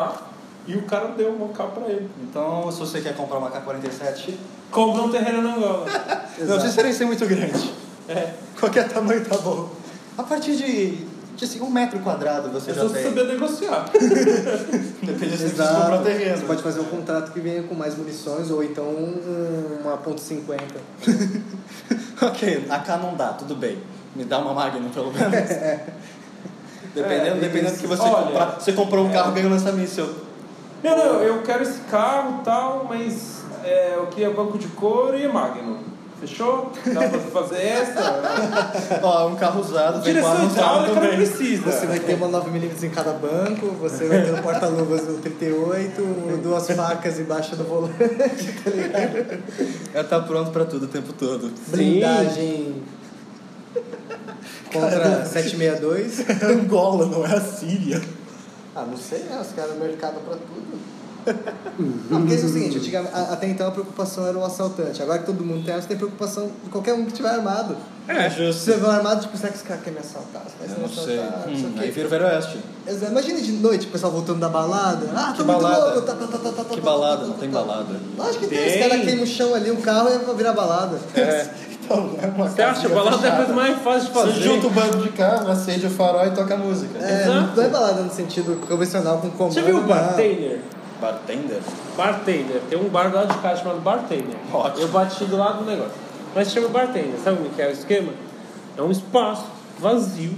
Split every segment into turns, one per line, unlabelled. Tá? E o cara deu o macaco pra ele.
Então, se você quer comprar uma K-47,
Comprou um terreno na Angola.
não precisa nem ser muito grande.
É.
Qualquer tamanho tá bom. A partir de, de assim, um metro quadrado você
Eu
já
só
tem.
sabia negociar.
Depende se você precisa
Exato.
comprar
Você
terreno.
pode fazer um contrato que venha com mais munições ou então um- uma .50.
ok, a K não dá, tudo bem. Me dá uma Magnum, pelo menos.
É,
Dependendo, dependendo do que você
olha,
comprar. Você comprou um carro, ganhou lança míssil.
Não, não, eu quero esse carro e tal, mas é, o que é banco de couro e Magno. Fechou? Dá pra fazer essa?
Ó, um carro usado, tem
Direção
quatro usado
hidráulica não
também. É.
precisa.
Você vai ter uma 9mm em cada banco, você vai ter um porta-luvas no 38, um, duas facas embaixo do volante, tá ligado?
Ela tá pronto pra tudo o tempo todo.
Blindagem contra 762.
Angola, não é a Síria.
Ah, não sei, né? Os caras mercado pra tudo. Não, porque isso é o seguinte, antigamente- a- até então a preocupação era o assaltante. Agora que todo mundo tem arma, você tem preocupação de qualquer um que tiver armado.
É,
Se
justo.
você vai armado, tipo, será que esse cara quer me assaltar? Será que
Eu
esse
não
cara
sei.
assaltar? Não sei
Hum,
o quê.
aí vira o Velho Oeste.
Exato. Imagina de noite o pessoal voltando da balada. Ah,
Que
tô
balada?
muito louco. Tá, tá, tá, tá, tá,
Que
tá,
balada,
tá,
não
tá,
tem
tá.
balada.
Lógico que tem.
Tem.
Os caras queima o chão ali, o carro e vai virar balada.
É. Então, não é uma
Você acha? Balada é a coisa mais fácil de
Você
fazer.
junta o bando de carro, acende o farol e toca a música.
É,
Exato.
não é balada no sentido convencional com comando.
Você viu o
não.
bartender?
Bartender?
Bartender. Tem um bar lá de casa chamado Bartender.
Ótimo.
Eu bati do lado do negócio. Mas chama Bartender. Sabe o que é o esquema? É um espaço vazio,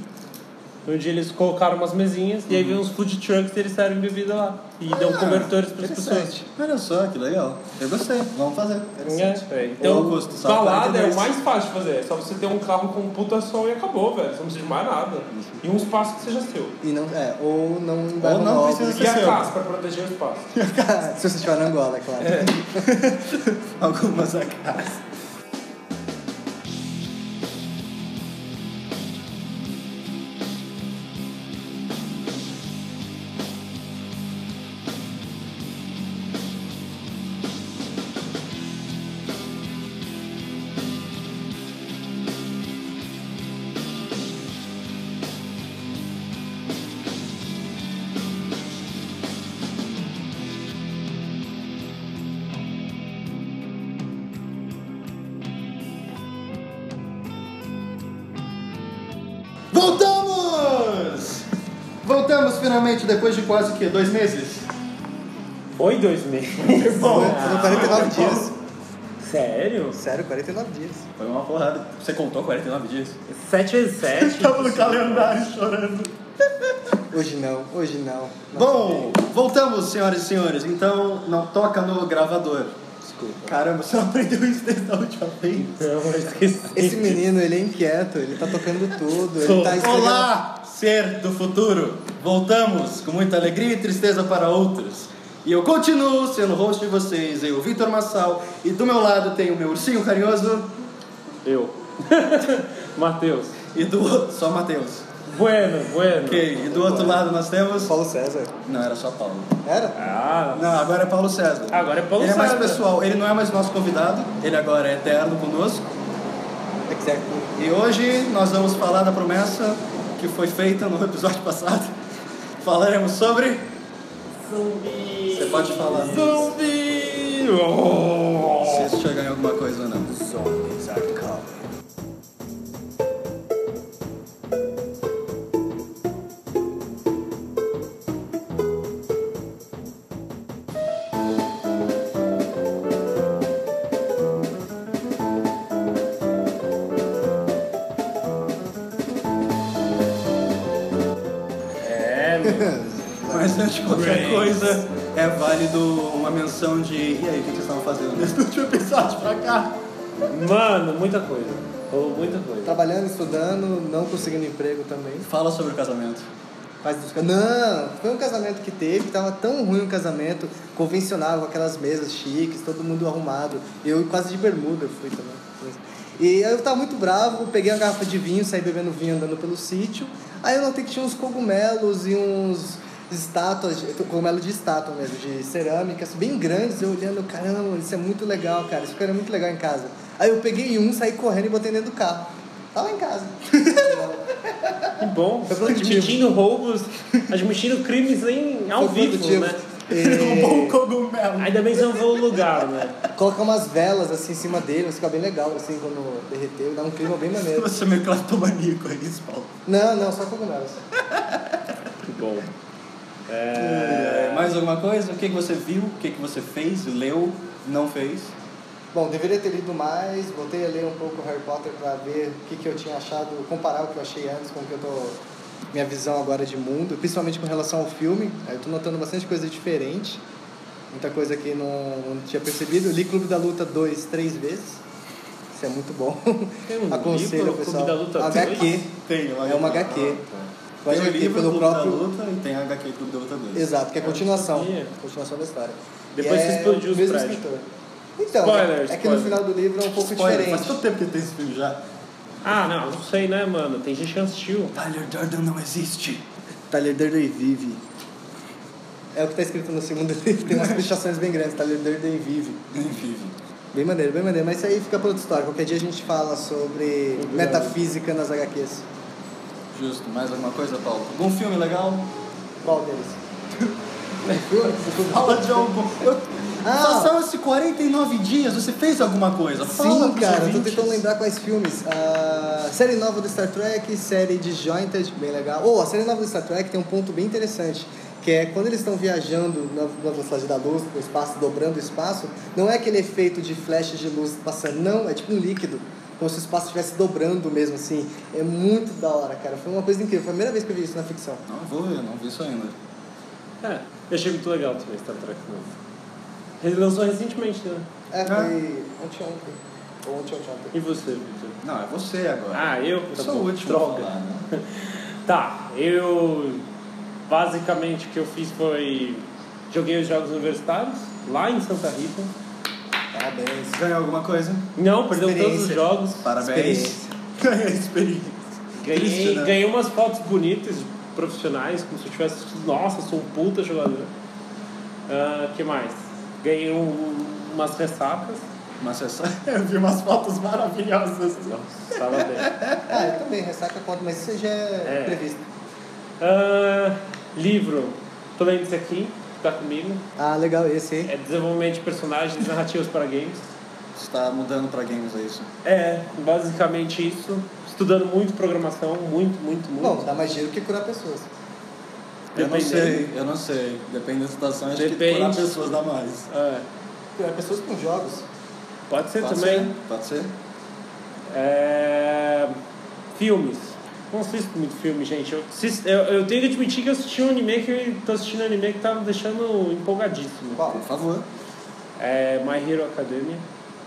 onde eles colocaram umas mesinhas e aí vem uns food trucks e eles servem bebida lá. E dão cobertores para as pessoas.
Interessante.
Olha só, que legal. Eu gostei, vamos fazer.
É, é.
Ô,
Então,
Augusto, só
balada é
42.
o mais fácil de fazer. É só você ter um carro com um puta som e acabou, velho. Você não precisa de mais nada. E um espaço que seja seu.
E não, é, ou não
Ou não
no
precisa
E a
Seu.
casa para proteger o espaço.
Cara, né? Se você estiver na Angola, é claro.
Algumas a casa. Voltamos! Voltamos finalmente depois de quase o quê? Dois meses?
Oi, dois meses. Ah,
Bom, Ah,
Foram 49 dias.
Sério?
Sério, 49 dias.
foi uma porrada. Você contou 49 dias?
7 vezes 7?
Tá calendário chorando.
Hoje não, hoje não.
Bom, voltamos, senhoras e senhores. Então, não toca no gravador. Desculpa. Caramba, você não aprendeu isso desde a última vez?
Não, eu esqueci.
Esse menino, ele é inquieto, ele tá tocando tudo, ele tá escrevendo-
Olá, ser do futuro! Voltamos com muita alegria e tristeza para outros. E eu continuo sendo o host de vocês, eu, Vitor Massal, e do meu lado tem o meu ursinho carinhoso
Eu. Matheus.
e do outro. Só Matheus.
Bueno, bueno.
Ok, e do outro lado nós temos.
Paulo César.
Não, era só Paulo.
Era?
Ah,
Não, agora é Paulo César.
Agora é Paulo
ele é
César.
mais pessoal, ele não é mais nosso convidado, ele agora é eterno conosco.
É Exacto.
E hoje nós vamos falar da promessa que foi feita no episódio passado. Falaremos sobre.
zumbi.
Você pode falar. né?
Zumbi. Oh.
Se isso chegar em alguma coisa ou não.
É, meu.
Mas antes de qualquer
Great.
coisa, é válido uma menção de. E aí, o que vocês estavam fazendo desde o último episódio pra cá?
Mano, muita coisa. Ou muita coisa.
Trabalhando, estudando, não conseguindo emprego também.
Fala sobre o casamento.
Faz busca- Não, foi um casamento que teve, que tava tão ruim o casamento, convencional, com aquelas mesas chiques, todo mundo arrumado. Eu quase de bermuda eu fui também. E aí eu tava muito bravo, peguei uma garrafa de vinho, saí bebendo vinho andando pelo sítio. Aí eu notei que tinha uns cogumelos e uns estátuas, de- cogumelo de estátua mesmo, de cerâmicas, bem grandes, eu olhando, caramba, isso é muito legal, cara, isso ficaria muito legal em casa. Aí eu peguei um, saí correndo e botei dentro do carro. Tava em casa.
Que bom.
Foi produtivo.
Admitindo roubos, admitindo crimes em, ao
Foi
vivo,
produtivo.
né?
Um bom
É,
cogumelo.
Ainda bem que não foi o lugar, né?
colocar umas velas assim em cima dele, mas fica bem legal assim quando derreteu, dá um clima bem maneiro.
Você é meio cleptomaníaco aí, esse Paulo.
Não, não, só cogumelos.
Que bom.
É, mais alguma coisa? O que, que você viu? O que, que você fez? Leu? Não fez?
Bom, deveria ter lido mais, voltei a ler um pouco Harry Potter para ver o que, que eu tinha achado, comparar o que eu achei antes com o que eu tô minha visão agora de mundo, principalmente com relação ao filme. Aí Eu tô notando bastante coisa diferente, muita coisa que não, não tinha percebido. Eu li Clube da Luta dois, três vezes. Isso é muito bom.
Tem um
Aconselho,
livro, Clube
pessoal.
da Luta
HQ.
dois?
Tem, uma
É uma HQ. Foi
tá. Tem o
HQ
livro
pelo
Clube
próprio-
da Luta e tem a HQ Clube da Luta 2.
Exato, que é a
Eu não
continuação.
sabia.
Continuação da história.
Depois
E
que
é
explodiu
o
os
mesmo
prédios.
escritor. Então,
Spoiler,
é, é que
spoiler.
no final do livro é um pouco
Spoiler,
diferente.
Faz tanto tempo que tem esse filme já.
Ah, não, não sei, né, mano? Tem gente que não assistiu.
Tyler Durden não existe.
Tyler Durden vive. É o que tá escrito no segundo livro, tem umas pichações bem grandes, tá? Tyler Durden vive.
Nem vive.
Bem maneiro, bem maneiro, mas isso aí fica para outra história. Qualquer dia a gente fala sobre
Obrigado.
metafísica nas HQs.
Justo. Mais alguma coisa, Paulo? Algum filme legal?
Qual deles?
Fala de algum. Eu-
Ah!
Passaram-se 49 dias, você fez alguma coisa? Fala
Sim,
pros
cara, eu tô
ouvintes.
tentando lembrar quais filmes. A série nova do Star Trek, série Disjointed, bem legal. Ou a série nova do Star Trek tem um ponto bem interessante, que é quando eles estão viajando na, na velocidade da luz, no espaço, dobrando o espaço, não é aquele efeito de flash de luz passando, não, é tipo um líquido. Como se o espaço estivesse dobrando mesmo, assim. É muito da hora, cara. Foi uma coisa incrível. Foi a primeira vez que eu vi isso na ficção.
Não vou ver, não vi isso ainda.
É, eu achei muito legal também Star Trek novo. Ele lançou recentemente, né?
É,
Ah.
foi ontem, ontem. Ou ontem, ontem, ontem.
E você, Victor?
Não, é você agora.
Ah, eu?
eu
Tá
sou
bom.
o último.
Droga.
a falar, né?
Tá, eu basicamente o que eu fiz foi joguei os jogos universitários lá em Santa Rita.
Parabéns.
Ganhou alguma coisa?
Não, perdeu todos os
Experiência.
jogos.
Parabéns. Ganhei a experiência.
Ganhei,
Triste, né?
ganhei umas fotos bonitas profissionais, como se eu tivesse. Nossa, sou um puta jogador. Ah, que mais? Ganhei um- umas ressacas.
Mas você só... Eu vi umas fotos maravilhosas.
Nossa, tava bem.
Ah, eu também, ressaca conta, mas isso já é,
É.
previsto.
Ah, livro. Tô lendo esse aqui, tá comigo.
Ah, legal esse, hein?
É desenvolvimento de personagens narrativos para games.
Você tá mudando pra games, é isso?
É, basicamente isso. Estudando muito programação, muito, muito, muito.
Bom, dá mais dinheiro que curar pessoas.
Eu não
Dependendo.
sei, eu não sei. Depende da situação, acho que
Depende.
curar pessoas dá mais.
É,
Curar pessoas com jogos.
pode ser
Pode
também.
ser? Pode ser?
É, filmes. Não assisto muito filme, gente. Eu, assisto- eu, eu tenho que admitir que eu assisti um anime que tô assistindo um anime que tá me deixando empolgadíssimo.
Qual?
Por favor.
É My Hero Academia.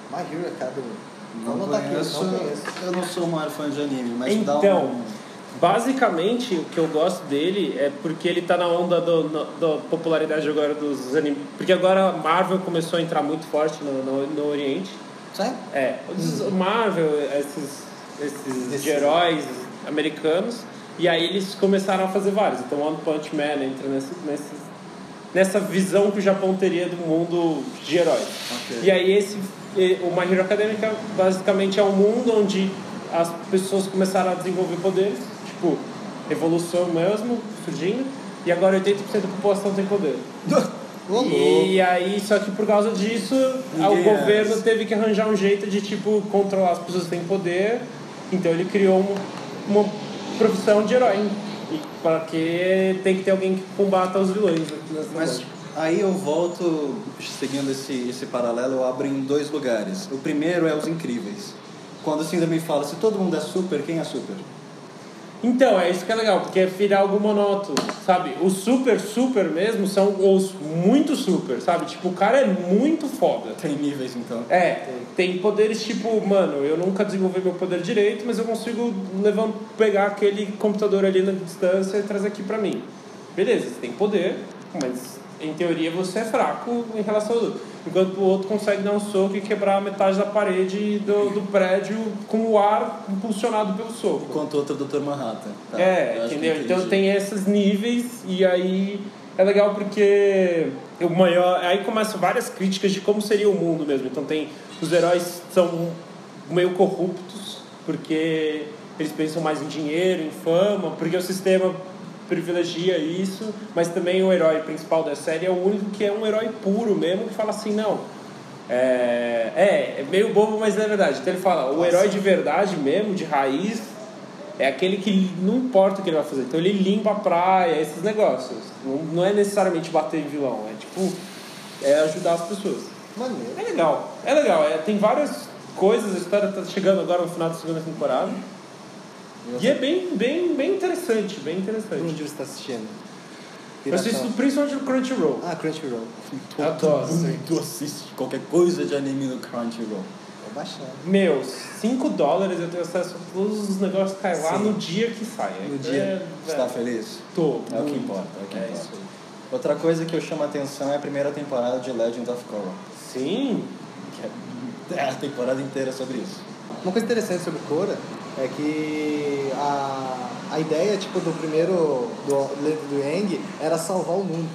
My Hero Academy.
Não,
Vamos anotar aqui,
conheço,
não conheço.
Eu não sou o maior fã de anime, mas dá um...
Então, basicamente o que eu gosto dele é porque ele tá na onda do- no- da popularidade agora dos animes. Porque agora a Marvel começou a entrar muito forte no, no, no Oriente.
Sério?
É, os Marvel, esses, esses
Esses-
de heróis americanos, e aí eles começaram a fazer vários. Então One Punch Man entra nesse, nesse, nessa visão que o Japão teria do mundo de heróis.
Ok.
E aí esse, e- o My Hero Academica basicamente é um mundo onde as pessoas começaram a desenvolver poderes, tipo, evolução mesmo, surgindo, e agora 80% da população tem poder.
Ô, louco.
E aí, só que por causa disso,
Ninguém
o governo
é.
teve que arranjar um jeito de, tipo, controlar as pessoas que têm poder. Então ele criou uma, uma profissão de herói. E para que tem que ter alguém que combata os vilões. né? nessa
Mas
lógica.
aí eu volto, seguindo esse, esse paralelo, eu abro em dois lugares. O primeiro é Os Incríveis. Quando o Cinder me fala, se todo mundo é super, quem é super?
Então, é isso que é legal, porque vira algo monótono, sabe? O super, super mesmo são os muito super, sabe? Tipo, o cara é muito foda.
Tem níveis, então.
É, tem poderes tipo, mano, eu nunca desenvolvi meu poder direito, mas eu consigo levar, pegar aquele computador ali na distância e trazer aqui pra mim. Beleza, você tem poder, mas em teoria você é fraco em relação ao outro. Enquanto o outro consegue dar um soco e quebrar metade da parede do, do prédio com o ar impulsionado pelo soco.
Enquanto o outro é o Dr. Manhattan. Tá, eu
É,
acho que
entendeu?
entendi.
Então tem esses níveis e aí é legal porque o maior, aí começam várias críticas de como seria o mundo mesmo. Então tem os heróis são meio corruptos porque eles pensam mais em dinheiro, em fama, porque o sistema privilegia isso, mas também o herói principal da série é o único que é um herói puro mesmo, que fala assim, não. É, é, é meio bobo, mas é verdade. Então ele fala, o herói de verdade mesmo, de raiz, é aquele que não importa o que ele vai fazer. Então ele limpa a praia, esses negócios. Não, não é necessariamente bater em vilão, é tipo, é ajudar as pessoas.
Maneiro.
É legal, é legal. É, tem várias coisas, a história tá chegando agora no final da segunda temporada. E é bem, bem, bem interessante, bem interessante.
Onde você tá assistindo?
É Eu assisto
Piratão.
principalmente no Crunchyroll.
Ah, Crunchyroll.
Adoro.
mundo assiste qualquer coisa de anime no Crunchyroll.
Vou baixar.
Meus, 5 dólares eu tenho acesso a todos os negócios que caem lá
Sim.
no dia que sai.
No
É,
dia.
é,
Você tá feliz?
Tô.
É o que
muito.
importa, é o que
É
importa.
isso aí.
Outra coisa que eu chamo a atenção é a primeira temporada de Legend of Korra.
Sim.
Que é a temporada inteira sobre isso.
Uma coisa interessante sobre Cora é que a, a ideia tipo, do primeiro do livro do Yang era salvar o mundo.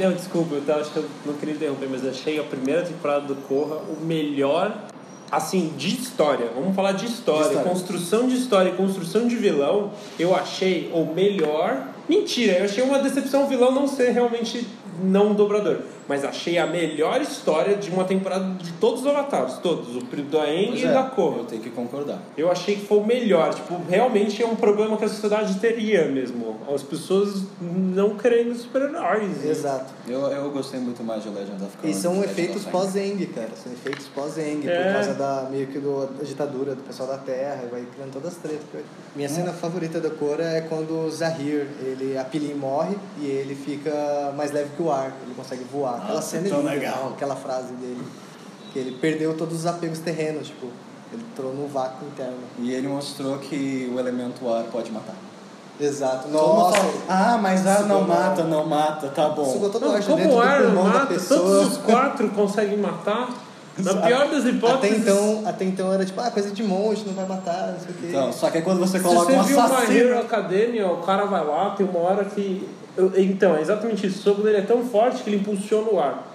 Não, desculpa, eu tava- acho que eu não queria interromper, mas eu achei a primeira temporada do Corra o melhor, assim, de história. Vamos falar de história,
De história.
construção de história e construção de vilão. Eu achei o melhor. Mentira, eu achei uma decepção o vilão não ser realmente não dobrador. Mas achei a melhor história de uma temporada de todos os avatares, todos, o pri- do Aang
Pois
e
é,
da Korra.
Eu tenho que concordar.
Eu achei que foi o melhor. Tipo, realmente é um problema que a sociedade teria mesmo. As pessoas não querendo super-heróis. E-
Exato.
Eu, eu gostei muito mais de Legend of Korra.
E
do
são
que Legend
efeitos
of Aang.
pós-Eng, cara. São efeitos pós-Eng,
É.
por causa da meio que do, da ditadura do pessoal da Terra, e vai criando todas as tretas. cara. Minha
Ah.
cena favorita da Cora é quando o Zahir, ele, a Pilin morre e ele fica mais leve que o ar, ele consegue voar.
Ah,
aquela
Nossa,
cena é
tão
linda,
legal.
né? aquela frase dele. Que ele perdeu todos os apegos terrenos, tipo, ele entrou num vácuo interno.
E ele mostrou que o elemento ar pode matar.
Exato.
Todo mundo
Nossa,
fala, ah, mas ar não
Sugou-
mata, não mata, tá bom.
sugou todo o
Não,
ar de
como
dentro
o
do
ar
pulmão da
mata,
pessoa.
todos os quatro conseguem matar. Na pior das
Até
hipóteses.
então, até então era tipo, ah, coisa de monge, não vai matar, não sei o quê.
Então, só que aí quando você
se
coloca
você
um
viu uma Hero
assassino.
Academia, o cara vai lá, tem uma hora que. eu- Então, é exatamente isso. O soco dele é tão forte que ele impulsiona o ar.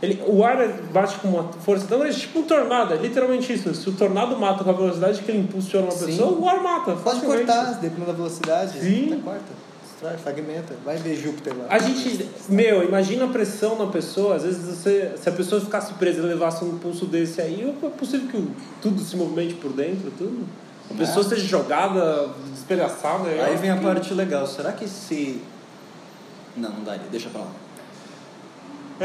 Ele, o ar é, bate com uma força tão grande, tipo um tornado, é literalmente isso. Se o tornado mata com a velocidade que ele impulsiona uma
Sim.
pessoa, o ar mata.
Pode
facilmente.
cortar, dependendo da velocidade.
Sim.
Tá, corta. Destrói, fragmenta. Vai ver Júpiter lá.
A gente, meu, imagina a pressão na pessoa. Às vezes, você, se a pessoa ficasse presa e levasse um pulso desse aí, é possível que o- tudo se movimente por dentro, tudo. A pessoa seja jogada, despedaçada. eu
É. Aí
acho
vem a
que-
parte legal. Será que se. Não, não daria, deixa pra lá.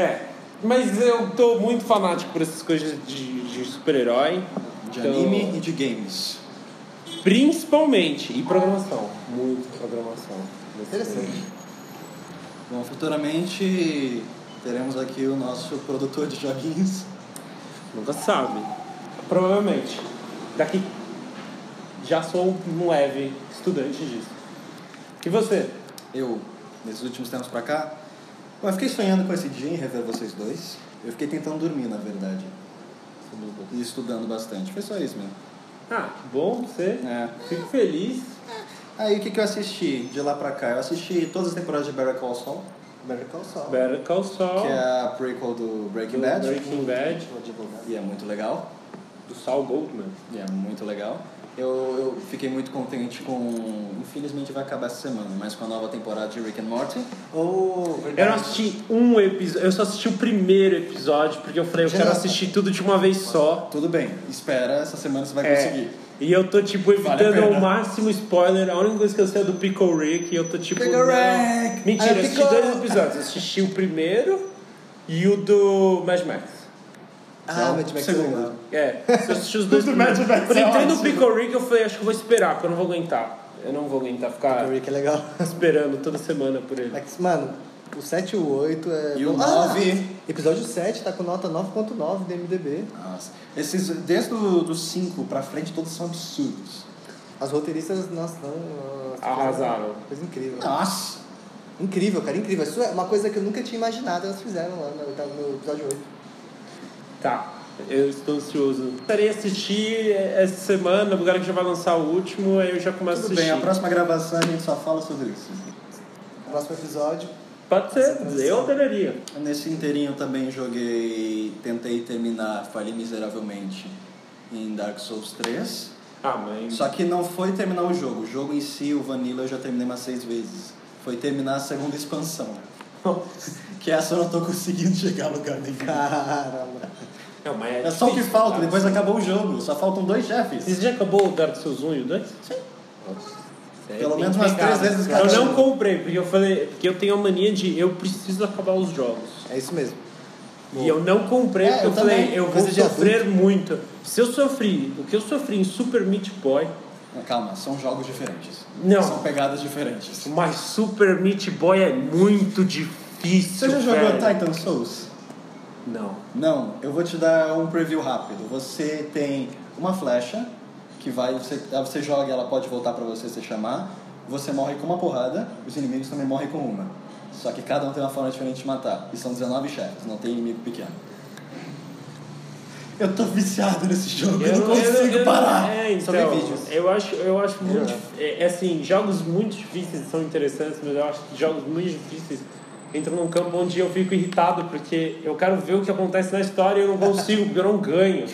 É. Mas eu tô muito fanático por essas coisas de, de super-herói.
De
Então,
anime e de games.
Principalmente. E programação. Muito programação.
Interessante.
Bom, futuramente teremos aqui o nosso produtor de joguinhos.
Nunca sabe. Provavelmente. Daqui. Já sou um leve estudante disso. E você?
Eu, nesses últimos tempos pra cá, eu fiquei sonhando com esse dia em rever vocês dois. Eu fiquei tentando dormir, na verdade. E estudando bastante. Foi só isso mesmo.
Ah, bom você.
É.
Fico feliz.
Aí o que, que eu assisti de lá pra cá? Eu assisti todas as temporadas de Better Call Saul,
Better Call Saul.
Better Call Saul.
que é a prequel do Breaking
Oh. do
Bad.
Breaking Bad.
O advogado.
E é muito legal.
Do Saul Goldman.
E é muito legal. Eu, eu fiquei muito contente com. Infelizmente vai acabar essa semana, mas com a nova temporada de Rick and Morty.
Oh,
Eu não
verdade.
assisti um episódio, eu só assisti o primeiro episódio, porque eu falei, eu
Já.
quero assistir tudo de uma vez só.
Tudo bem, espera, essa semana você vai
É,
conseguir.
e eu tô, tipo,
Vale a
evitando
pena.
ao máximo spoiler. A única coisa que eu sei é do Pickle Rick e eu tô, tipo...
Pickle
não.
Rick!
Mentira,
Ah,
eu assisti
Pickle-
dois episódios. Eu assisti o primeiro e o do Mad Max.
Ah, Mad Max.
Segundo.
legal.
É, eu assisti os dois
Do
primeiros.
Mad Max,
Quando
é
entrei no
ótimo.
Pickle Rick, eu falei, acho que eu vou esperar, porque eu não vou aguentar. Eu não vou aguentar ficar
O Rick é legal.
esperando toda semana por ele.
Mas, mano, o 7 e o 8 é...
E o
Ah,
9.
episódio 7 tá com nota 9.9 do MDB.
Nossa. Esses, desde o- dos 5 pra frente, todos são absurdos.
As roteiristas, nossa, não... nossa,
Arrasaram.
Coisa incrível.
Nossa!
Incrível, cara, incrível. Isso é uma coisa que eu nunca tinha imaginado. Elas fizeram lá no, oitavo- no episódio 8.
Tá, eu estou ansioso. Estarei assistir essa semana, o cara que já vai lançar o último, aí eu já começo
Tudo
a assistir.
bem, a próxima gravação a gente só fala sobre isso.
Próximo episódio.
Pode ser, eu adoraria.
Nesse inteirinho eu também joguei, tentei terminar, falhei miseravelmente em Dark Souls 3.
Ah, mas.
Só que não foi terminar o jogo. O jogo em si, o Vanilla, eu já terminei umas seis vezes. Foi terminar a segunda expansão. Que essa eu não tô conseguindo chegar a lugar nenhum.
Caramba.
Não, mas
É só o que
difícil,
falta,
cara.
depois acabou o jogo. Só faltam dois chefes.
Você já acabou o Dark Souls 1 e o 2? Sim.
Pelo menos umas três vezes cada
é Eu
um.
não comprei, porque eu falei, porque eu tenho a mania de eu preciso acabar os jogos.
É isso mesmo.
E eu não comprei,
É,
porque
eu
eu, falei,
também,
eu vou
coisa de
sofrer muito. Se eu sofri, o que eu sofri em Super Meat Boy,
Não, Calma, são jogos diferentes.
Não.
São pegadas diferentes.
mas Super Meat Boy é muito
Você
difícil.
já jogou
velho.
Titan Souls?
Não.
Não, eu vou te dar um preview rápido. Você tem uma flecha que vai, você, aí você joga, ela pode voltar pra você se chamar. Você morre com uma porrada, os inimigos também morrem com uma. Só que cada um tem uma forma diferente de matar. E são 19 chefes, não tem inimigo pequeno. Eu tô viciado nesse jogo, eu, não consigo
eu-
parar.
É,
Só
então,
vê vídeos.
eu acho, eu acho muito.
Eu-
dif- É, é assim, jogos muito difíceis são interessantes, mas eu acho que jogos muito difíceis entram num campo onde eu fico irritado porque eu quero ver o que acontece na história e eu não consigo, porque eu não ganho.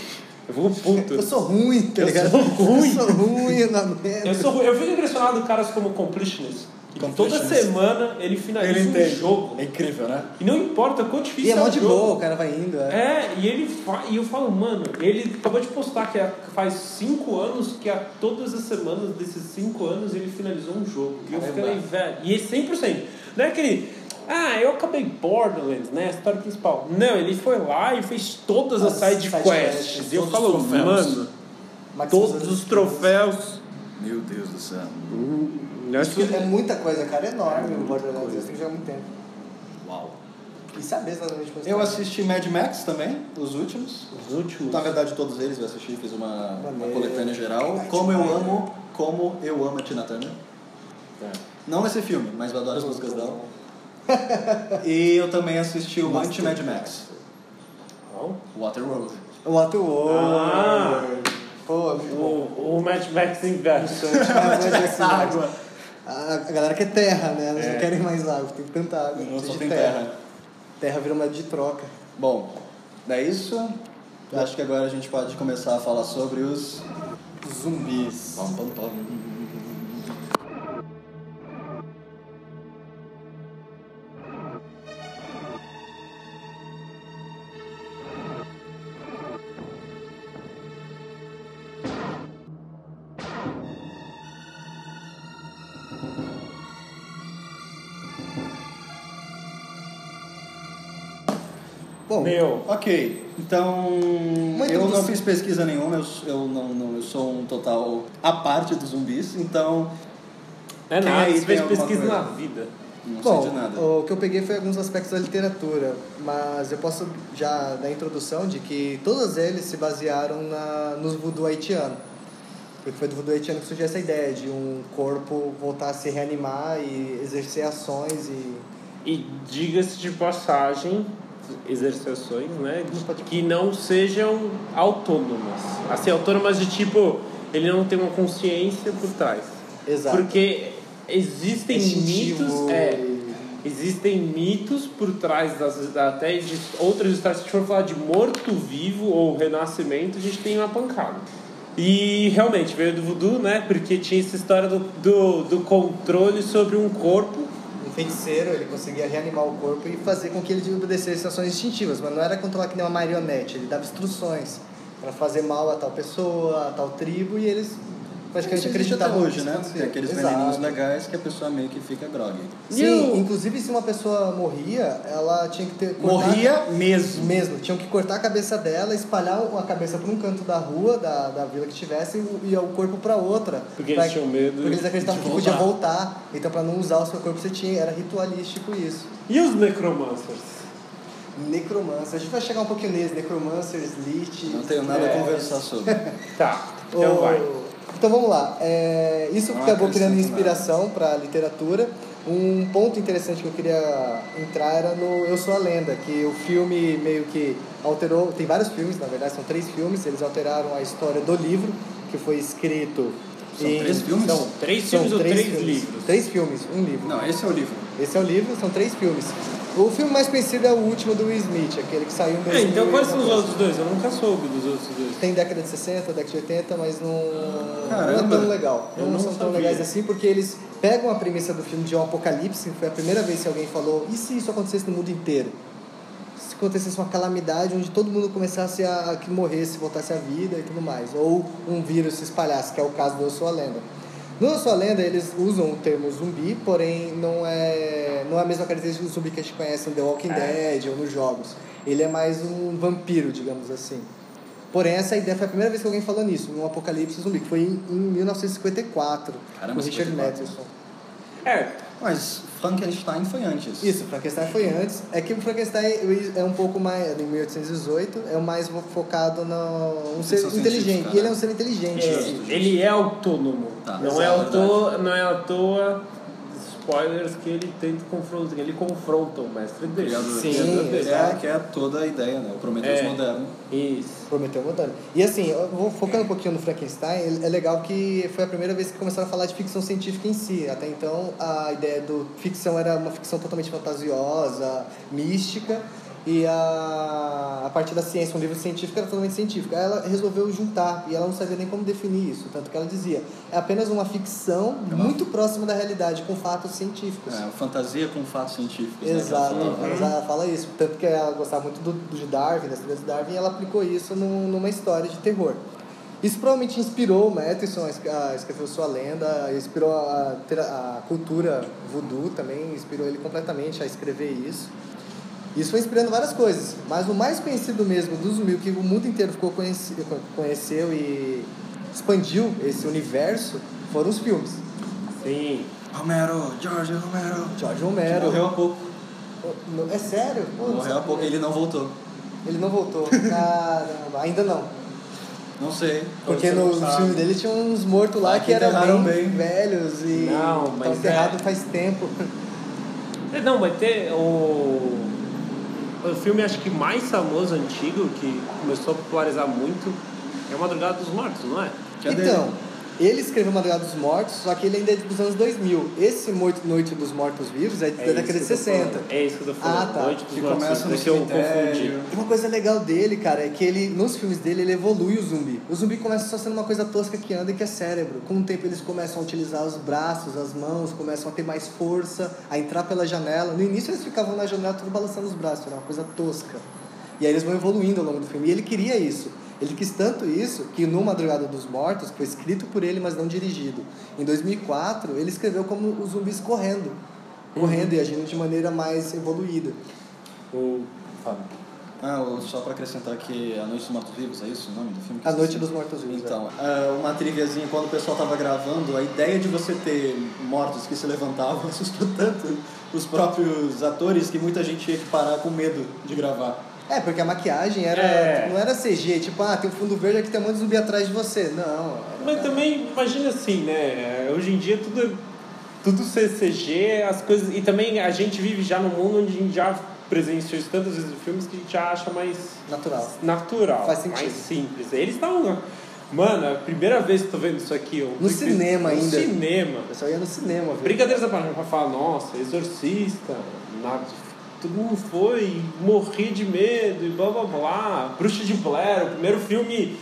Eu fico puto.
Eu sou ruim, tá
Eu
ligado?
sou ruim.
Eu sou ruim na merda.
Eu, sou, ru- eu fico impressionado com caras como Completionist. que Toda
Completionist.
semana ele finaliza
Ele
um
entende.
jogo.
É incrível, né?
E não importa quão
E
difícil
é
é
mó
o
de
jogo.
boa, o cara vai indo. É.
É, e ele fa- e eu falo, mano, ele acabou de postar que a- faz cinco anos que a, todas as semanas desses cinco anos ele finalizou um jogo. E eu
Caramba.
fiquei, velho, e é ele 100%. Não é aquele, ah, eu acabei Borderlands, né, a história principal. Não, ele foi lá e fez todas as,
As
side
side
quests.
quests,
e eu
todos
falo,
os troféus.
mano,
Max
todos
Mazzucchelli.
os troféus.
Meu Deus do céu.
É muita coisa, cara. É enorme o Borderlands. Isso tem que jogar muito tempo.
Uau.
E saber exatamente tá. como
Eu assisti Mad Max também, os últimos.
Os últimos.
tá Na verdade, todos eles eu assisti, fiz uma, uma
Maneiro.
coletânea geral. Como eu amo, como eu amo a Tina Turner. É. Não nesse filme, mas eu adoro as músicas dela. E eu também assisti o anti-Mad Max,
Qual?
Waterworld.
O Waterworld.
Ah.
Pô, é muito bom.
O, o Match Max Inversion.
Mas é assim,
Água.
A a galera quer terra, né? Elas
É.
não querem mais água, tem tanta água.
Não
precisa
só
de
tem terra.
Terra virou moeda de troca.
Bom, é isso. Acho que agora a gente pode começar a falar sobre os zumbis. Pam, pam, pam.
Bom,
Meu.
Ok, então
Uma
eu não
introdução.
fiz pesquisa nenhuma, eu, eu, não, não- eu sou um total à parte dos zumbis, então
É
Quem
nada,
aí
você fez
tem alguma
pesquisa
coisa?
na vida.
não
bom,
sei de nada.
o que eu peguei foi alguns aspectos da literatura, mas eu posso já dar a introdução de que todos eles se basearam na, no voodoo haitiano. Porque foi do voodoo haitiano que surgiu essa ideia de um corpo voltar a se reanimar e exercer ações e...
E diga-se de passagem, exercitações, né? de- Que não sejam autônomas. Assim, autônomas de tipo, ele não tem uma consciência por trás.
Exato. tipo
Porque existem
Instintivo
mitos. É,
e-
existem mitos por trás das, da- até de outras histórias. Se a gente for falar de morto-vivo ou renascimento, a gente tem uma pancada. E realmente veio do voodoo, né? Porque tinha essa história do, do, do controle sobre um corpo
Um feiticeiro, ele conseguia reanimar o corpo e fazer com que ele obedecesse ações instintivas, mas não era controlar que nem uma marionete, ele dava instruções para fazer mal a tal pessoa, a tal tribo, e eles praticamente
Isso existe até
acreditavam
hoje,
nisso
né?
acontecer.
Tem aqueles
Exato.
veneninhos legais que a pessoa meio que fica grogue.
You.
Sim, inclusive se uma pessoa morria, ela tinha que ter... cortar-
Morria mesmo.
Mesmo, tinham que cortar a cabeça dela, espalhar a cabeça para um canto da rua, da, da vila que tivesse, e o- e o corpo para outra.
Porque
Pra-
eles tinham medo
Porque eles acreditavam
de
que podia
voltar.
voltar, então para não usar o seu corpo você tinha, era ritualístico isso.
E os necromancers?
Necromancer. A gente vai chegar um pouquinho neles. Necromancers, Lich.
Não tenho nada a conversar sobre.
Tá,
O-
então vai.
Então vamos lá. É, isso
Não
acabou
acrescento
criando
nada.
inspiração para a literatura. Um ponto interessante que eu queria entrar era no Eu Sou a Lenda, que o filme meio que alterou. Tem vários filmes, na verdade, são três filmes. Eles alteraram a história do livro, que foi escrito.
São
em-
três filmes?
Não,
Três
são
filmes ou três
filmes.
livros?
Três filmes, um livro.
Não, esse é o livro.
Esse é o livro, são três filmes. O filme mais conhecido é o último do Will Smith, aquele que saiu em
É,
2000.
então
e
quais são os
alguma
outros dois? Eu nunca soube dos outros dois.
Tem década de 60, década de 80, mas não, não é
Caramba.
tão legal.
Eu
não,
não
são tão
sabia.
legais assim, porque eles pegam a premissa do filme de um apocalipse, que foi a primeira vez que alguém falou, e se isso acontecesse no mundo inteiro? Se acontecesse uma calamidade onde todo mundo começasse a, a que morresse, voltasse à vida e tudo mais. Ou um vírus se espalhasse, que é o caso do Eu Sou a Lenda. No Eu Sou a Lenda, eles usam o termo zumbi, porém não é, não é a mesma característica do zumbi que a gente conhece no The Walking Dead ou nos jogos. Ele é mais um vampiro, digamos assim. Porém, essa ideia foi a primeira vez que alguém falou nisso, num apocalipse zumbi, que foi em, em 1954,
Caramba,
com Richard
54.
Matheson.
É,
Mas Frankenstein foi antes.
Isso, Frankenstein foi antes. É que o Frankenstein é um pouco mais, em 1818, é o mais focado no um ser
Ficção
inteligente.
científica,
E ele
né?
é um ser inteligente. assim.
é, ele é autônomo.
Tá,
não,
essa
é
é a
à toa, não é à toa spoilers que ele tenta confrontar. Ele confronta o mestre dele.
Obrigado,
Sim,
Leandro. é,
exato.
que é toda a ideia, né? O Prometheus
É.
moderno.
Isso.
Prometeu mudando. E assim, eu vou focando um pouquinho no Frankenstein, ele- é legal que foi a primeira vez que começaram a falar de ficção científica em si. Até então, a ideia do ficção era uma ficção totalmente fantasiosa, mística, e a, a parte da ciência, um livro científico era totalmente científico. Aí ela resolveu juntar, e ela não sabia nem como definir isso, tanto que ela dizia, é apenas uma ficção muito próxima da realidade, com fatos científicos.
É, fantasia com fatos científicos.
Exato,
Né?
ela fala- fala isso. Tanto que ela gostava muito do, do de Darwin, das teorias de Darwin, e ela aplicou isso num- numa história de terror. Isso provavelmente inspirou o Matheson a es- a escrever sua lenda, inspirou a, ter- a cultura voodoo também, inspirou ele completamente a escrever isso. Isso foi inspirando várias coisas, mas o mais conhecido mesmo dos mil que o mundo inteiro ficou conheci, conheceu e expandiu esse universo foram os filmes.
Sim.
Romero, George Romero.
George
Ele
Romero.
Morreu há pouco.
É sério? Pô, não
Morreu há
sabia.
pouco. Ele não voltou.
Ele não voltou. Caramba, ainda não.
Não sei.
Porque
Talvez
no
você não
filme
sabe.
dele tinha uns mortos lá
Ah,
que
que
eram
enterraram
bem
bem.
velhos e
Não, mas
estão enterrados
é-
faz tempo.
É, Não, mas ter o. O filme acho que mais famoso, antigo, que começou a popularizar muito, é Madrugada dos Mortos, não é?
Que é dele.
então, ele escreveu Madrugada dos Mortos, só que ele ainda é dos anos 2000. Esse Morte- Noite dos Mortos Vivos é,
É
da
isso
década
que
de
eu tô
60.
falando. É isso que eu tô
Ah,
falando.
tá.
Noite dos
Que
Mortos,
começa no
porque eu
cemitério.
confundi.
E uma coisa legal dele, cara, é que ele, nos filmes dele, ele evolui o zumbi. O zumbi começa só sendo uma coisa tosca que anda e que é cérebro. Com o tempo eles começam a utilizar os braços, as mãos, começam a ter mais força, a entrar pela janela. No início eles ficavam na janela tudo balançando os braços, era uma coisa tosca. E aí eles vão evoluindo ao longo do filme. E ele queria isso. Ele quis tanto isso que no Madrugada dos Mortos, que foi escrito por ele, mas não dirigido. Em 2004, ele escreveu como os zumbis correndo. Correndo e agindo de maneira mais evoluída.
O...
Ah, o- só pra acrescentar que A Noite dos Mortos Vivos, é isso o nome do filme?
A Noite dos Mortos Vivos. é.
Então, ah, uma triviazinha, quando o pessoal tava gravando, a ideia de você ter mortos que se levantavam assustou tanto os próprios atores que muita gente tinha que parar com medo de gravar.
É, porque a maquiagem era,
É.
não era CG, tipo, ah, tem um fundo verde aqui, tem um monte de zumbi atrás de você. Não.
Mas também, imagina assim, né? Hoje em dia tudo, tudo CCG, as coisas. E também a gente vive já num mundo onde a gente já presenciou isso tantas vezes em filmes que a gente já acha mais
Natural.
natural,
Faz sentido.
mais simples. Eles estavam. Mano, é a primeira vez que tô vendo isso aqui. eu-
No cinema
no
ainda.
cinema.
O pessoal ia no cinema, viu?
Brincadeiras da página pra falar, nossa, exorcista, nada. Todo mundo foi, e morri de medo e blá blá blá. Bruxa de Blair, o primeiro filme.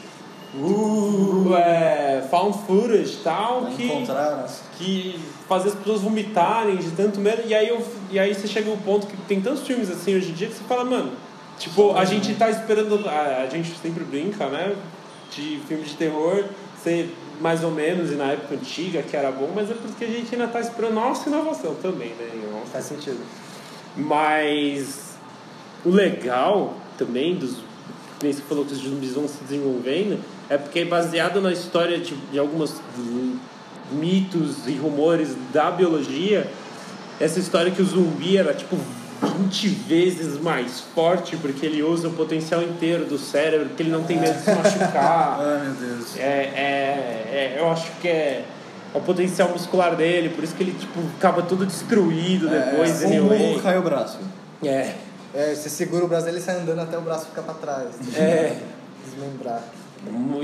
Uh, é, found footage e tal,
Pra
que
encontrar, né?
que fazia as pessoas vomitarem de tanto medo. E aí, eu, e aí você chega ao ponto que tem tantos filmes assim hoje em dia que você fala, mano, tipo, a gente tá esperando. A, a gente sempre brinca, né? De filme de terror ser mais ou menos, e na época antiga que era bom, mas é porque a gente ainda tá esperando nossa inovação também, né? e nossa
Faz sentido.
mas o legal também dos que nem você falou que os zumbis vão se desenvolvendo é porque é baseado na história de, de alguns mitos e rumores da biologia. Essa história que o zumbi era tipo 20 vezes mais forte porque ele usa o potencial inteiro do cérebro, porque ele não tem medo de se machucar.
Ai, meu Deus.
É, é, é, eu acho que é, é o potencial muscular dele, por isso que ele tipo acaba todo destruído depois.
um
anyway.
burro caiu o braço.
É,
É, você segura o braço dele e sai andando até o braço ficar pra trás.
é.
Desmembrar.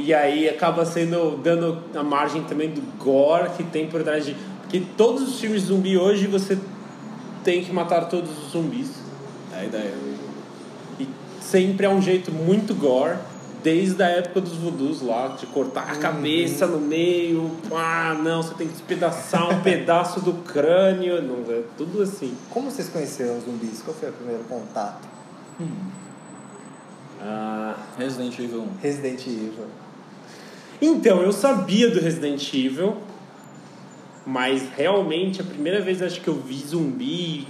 E aí acaba sendo dando a margem também do gore que tem por trás de. Porque todos os filmes zumbi hoje você tem que matar todos os zumbis.
a ideia.
E sempre é um jeito muito gore, desde a época dos voodoos lá, de cortar a cabeça no meio, ah, não, você tem que despedaçar um pedaço do crânio, não, é tudo assim.
Como vocês conheceram os zumbis? Qual foi o primeiro contato?
Ah,
Resident Evil 1.
Resident Evil.
Então, eu sabia do Resident Evil, mas realmente a primeira vez acho que eu vi zumbi e,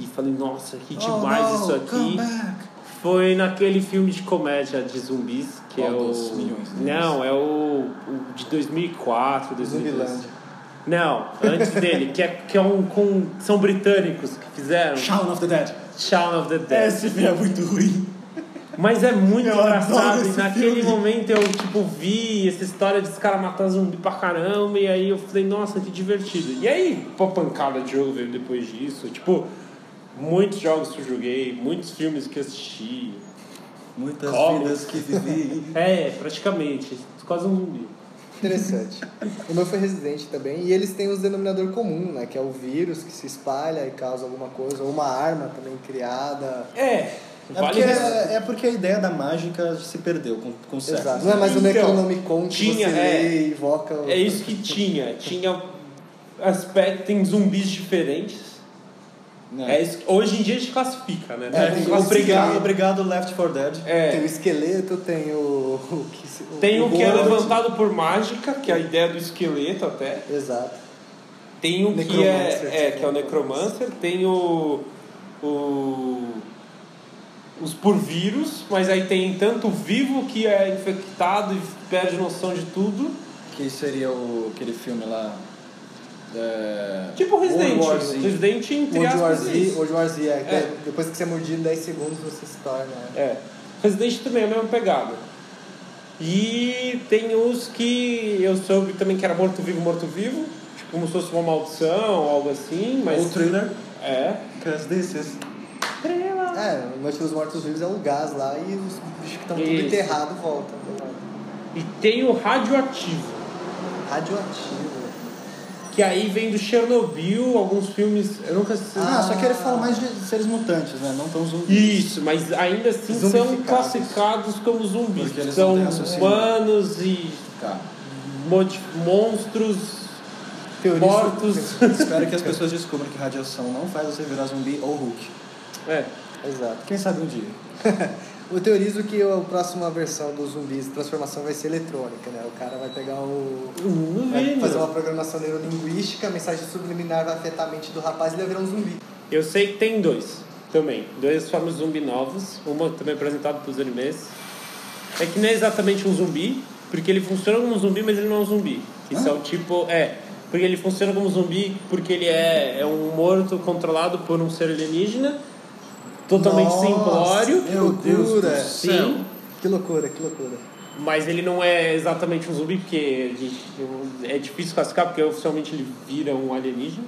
e falei, nossa, que demais
Oh, no,
isso aqui.
come back.
Foi naquele filme de comédia de zumbis, que
Qual
é o.
Oh, dos milhões né? de
Não, é o, o de 2004, 2002.
Zumbilândia.
Não, antes dele, que é, que é um com. São britânicos que fizeram
Shaun of the Dead.
Shaun of the Dead.
Esse filme é muito ruim.
Mas é muito
Eu adoro
engraçado. E
esse
naquele
filme.
momento eu, tipo, vi essa história de esse cara matar zumbi pra caramba. E aí eu falei, nossa, que divertido. E aí, pô, pancada de jogo veio depois disso. Tipo, muitos jogos que eu joguei, muitos filmes que assisti.
Muitas
Como?
vidas que vivi.
É, praticamente. Quase um zumbi.
Interessante. o meu foi Resident também. E eles têm um denominador comum, né? Que é o vírus que se espalha e causa alguma coisa. Ou uma arma também criada.
É,
É
vale
porque,
res-
é porque a ideia da mágica se perdeu com, com o sexo.
Exato. Não é mais um
Então,
Necronomicon que
tinha,
você
é.
lê e invoca... o-
É isso que tinha. Tinha aspectos, tem zumbis diferentes. É isso que- hoje em dia a gente classifica, né?
Né? É,
Tem que
tem- obrigado,
classificar.
obrigado Left 4 Dead.
É.
Tem o esqueleto, tem o... o que se- o-
Tem o que é
Gord.
levantado por mágica, que é a ideia do esqueleto até.
Exato.
Tem o que
Necromancer,
é, é,
tipo.
que é o necromancer. Tem o, o os por vírus, mas aí tem tanto o vivo que é infectado e perde noção de tudo.
Que seria o, aquele filme lá. É...
Tipo o Resident.
World War Z.
Resident entre
World War
aspas. é
Z,
isso.
World War Z, é, que
É.
é, depois que você é mordido em 10 segundos, você se torna...
É. Resident também é a mesma pegada. E tem os que eu soube também que era morto-vivo, morto-vivo. Tipo, como se fosse uma maldição, algo assim, mas.
Ou thriller.
É.
Because this is.
Ah.
É, o Noite dos Mortos Vivos é o gás lá e os bichos que estão tudo
Isso.
enterrados voltam. né,
E tem o radioativo,
Radioativo.
que aí vem do Chernobyl, alguns filmes. Eu nunca sei.
Ah, só que ele fala mais de seres mutantes, né? Não tão zumbis.
Isso, mas ainda assim são
Zumbificados.
classificados como zumbis.
Porque
que
eles
são
não têm raciocínio.
humanos e
Tá.
modi- monstros
Teoriza-
mortos.
Espero que as pessoas descubram que radiação não faz você virar zumbi ou Hulk.
É.
Exato.
Quem sabe um dia.
Eu teorizo que a próxima versão dos zumbis, transformação vai ser eletrônica, né? O cara vai pegar o.
Não vi,
Vai
é
fazer
meu.
uma programação neurolinguística, a mensagem subliminar vai afetar a mente do rapaz e ele vai virar um zumbi.
Eu sei que tem dois também. Dois formas de zumbi novos. Uma também apresentada pelos animes. É que não é exatamente um zumbi, porque ele funciona como um zumbi, mas ele não é um zumbi. Isso é o tipo. É. Porque ele funciona como um zumbi porque ele é, é um morto controlado por um ser alienígena, totalmente
Nossa,
simplório.
Meu Deus
loucura.
do céu.
Sim.
Que loucura, que loucura.
Mas ele não é exatamente um zumbi, porque a gente- é difícil classificar, porque oficialmente ele vira um alienígena.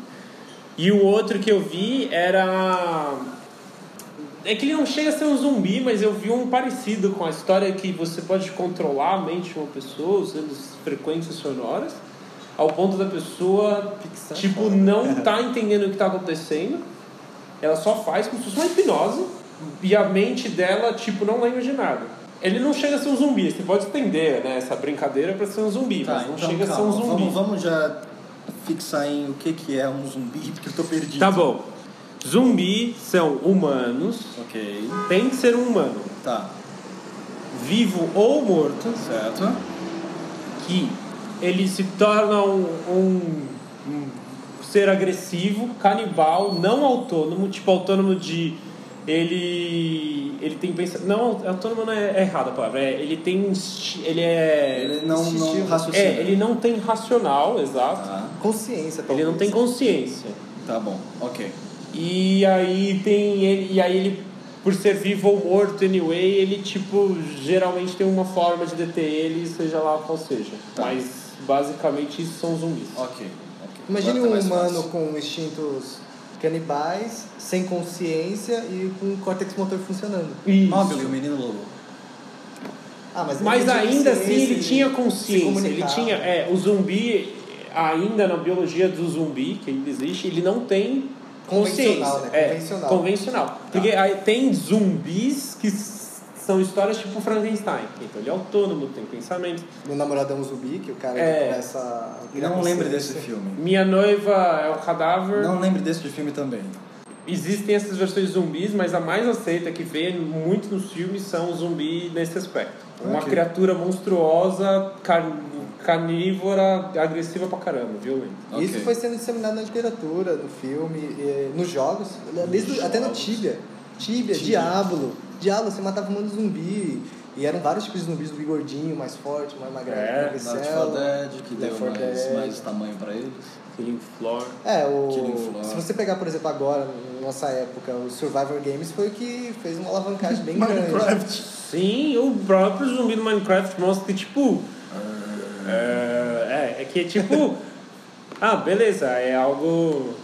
E o outro que eu vi era. É que ele não chega a ser um zumbi, mas eu vi um parecido com a história que você pode controlar a mente de uma pessoa usando as frequências sonoras, ao ponto da pessoa,
Ficção
tipo, não tá entendendo o que tá acontecendo. Ela só faz como se fosse uma hipnose e a mente dela, tipo, não lembra de nada. Ele não chega a ser um zumbi, você pode estender né, essa brincadeira para ser um zumbi,
Tá,
mas não
então
chega a ser um
calma.
zumbi.
Vamos, vamos já fixar em o que, que é um zumbi, porque eu tô perdido.
Tá bom. Zumbi são humanos,
Ok.
tem que ser um humano,
Tá.
vivo ou morto,
Certo.
que ele se torna um, um- um ser agressivo, canibal, não autônomo, tipo autônomo de ele ele tem pensa não autônomo não é, é errada a palavra, é, ele tem insti- ele é
Ele não, não
Insistiu.
raciocina.
é, ele não tem racional, exato.
Tá.
Consciência, talvez.
Ele não tem consciência.
Tá bom. Ok.
E aí tem ele, e aí ele por ser vivo ou morto anyway, ele tipo geralmente tem uma forma de deter ele, seja lá qual seja.
Tá.
Mas basicamente isso são zumbis.
Ok. ok.
Imagine
Agora
um
tá mais
humano
fácil.
com instintos canibais, sem consciência e com o córtex motor funcionando.
Isso.
Mobile, o menino lobo.
Ah, mas, ele
Mas
tinha
ainda assim
consciência
ele
de
tinha
se
consciência, ele
comunicar.
tinha, é, o zumbi ainda na biologia do zumbi que ainda existe, ele não tem
Convencional, né?
É,
Convencional. Tá.
convencional. Porque aí tem zumbis que s- são histórias tipo Frankenstein. Então ele é autônomo, tem pensamentos.
Meu namorado é um zumbi, que o cara
É.
começa a criar
Não lembre desse
consciência.
filme.
Minha noiva é um cadáver.
Não lembre desse de filme também.
Existem essas versões zumbis, mas a mais aceita que vê muito nos filmes são zumbi nesse aspecto. Uma
Ok.
criatura monstruosa, car- carnívora, agressiva pra caramba, violenta.
Ok.
Isso foi sendo disseminado na literatura, no filme, eh, nos jogos, desde-
Nos
até na
jogos.
tíbia. Tíbia, diabo. Diabo, você matava um monte de zumbi. E eram vários tipos de zumbis, zumbi gordinho, mais forte, mais magrelo,
É,
mais
Left
magricelo.
4 Dead, que
Left
deu
4
mais,
Dead.
mais tamanho pra eles.
Killing Floor.
É,
Killing
o,
Floor.
se você pegar, por exemplo, agora, na nossa época, o Survivor Games foi o que fez uma alavancagem bem grande.
Minecraft.
Sim, o próprio zumbi do Minecraft mostra que, tipo. É, é, é que, tipo. ah, beleza, é algo.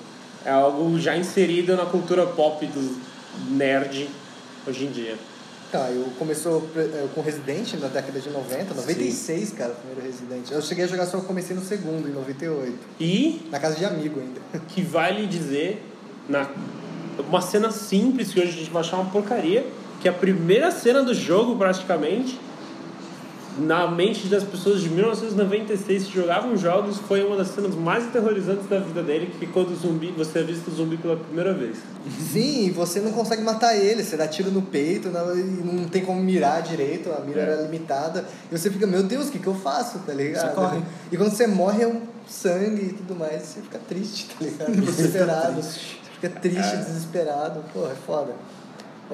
É algo já inserido na cultura pop do nerd hoje em dia.
Tá, eu começou pre- eh, com Resident na década de 90, 96, cara, o primeiro Resident. Eu cheguei a jogar só, eu comecei no segundo, em 98.
E
Na casa de amigo ainda.
que vai lhe dizer na uma cena simples que hoje a gente vai achar uma porcaria, que é a primeira cena do jogo praticamente na mente das pessoas de 1996 que jogavam jogos foi uma das cenas mais aterrorizantes da vida dele, que quando o zumbi, você avista o zumbi pela primeira vez.
Sim, e você não consegue matar ele, você dá tiro no peito, não, e não tem como mirar direito, a mira
É.
era limitada. E você fica, meu Deus, o que, que eu faço, tá ligado?
Você corre.
E quando você morre é um sangue e tudo mais, você fica triste, tá ligado? Desesperado. Você fica triste, desesperado, porra, é foda.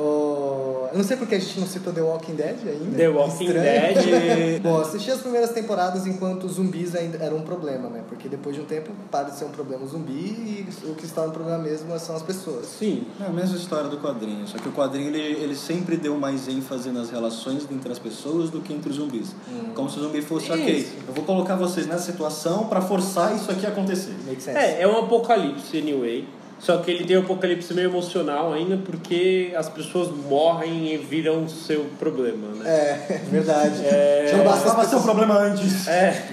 Oh, eu não sei porque a gente não citou The Walking Dead ainda.
The Walking
Estranho.
Dead.
Bom, assisti as primeiras temporadas enquanto os zumbis ainda eram um problema, né? Porque depois de um tempo para de ser um problema o zumbi e o que se torna um problema mesmo são as pessoas.
Sim,
É a mesma história do quadrinho, só que o quadrinho ele, ele sempre deu mais ênfase nas relações entre as pessoas do que entre os zumbis. Como se o zumbi fosse,
Isso.
ok, eu vou colocar vocês nessa situação pra forçar isso aqui a acontecer.
Make sense.
É, é um apocalipse, anyway. Só que ele tem um apocalipse meio emocional ainda, porque as pessoas morrem e viram seu problema, né?
É, é verdade.
É.
Já não basta as
Bastava ser um
pessoas-
problema antes.
É.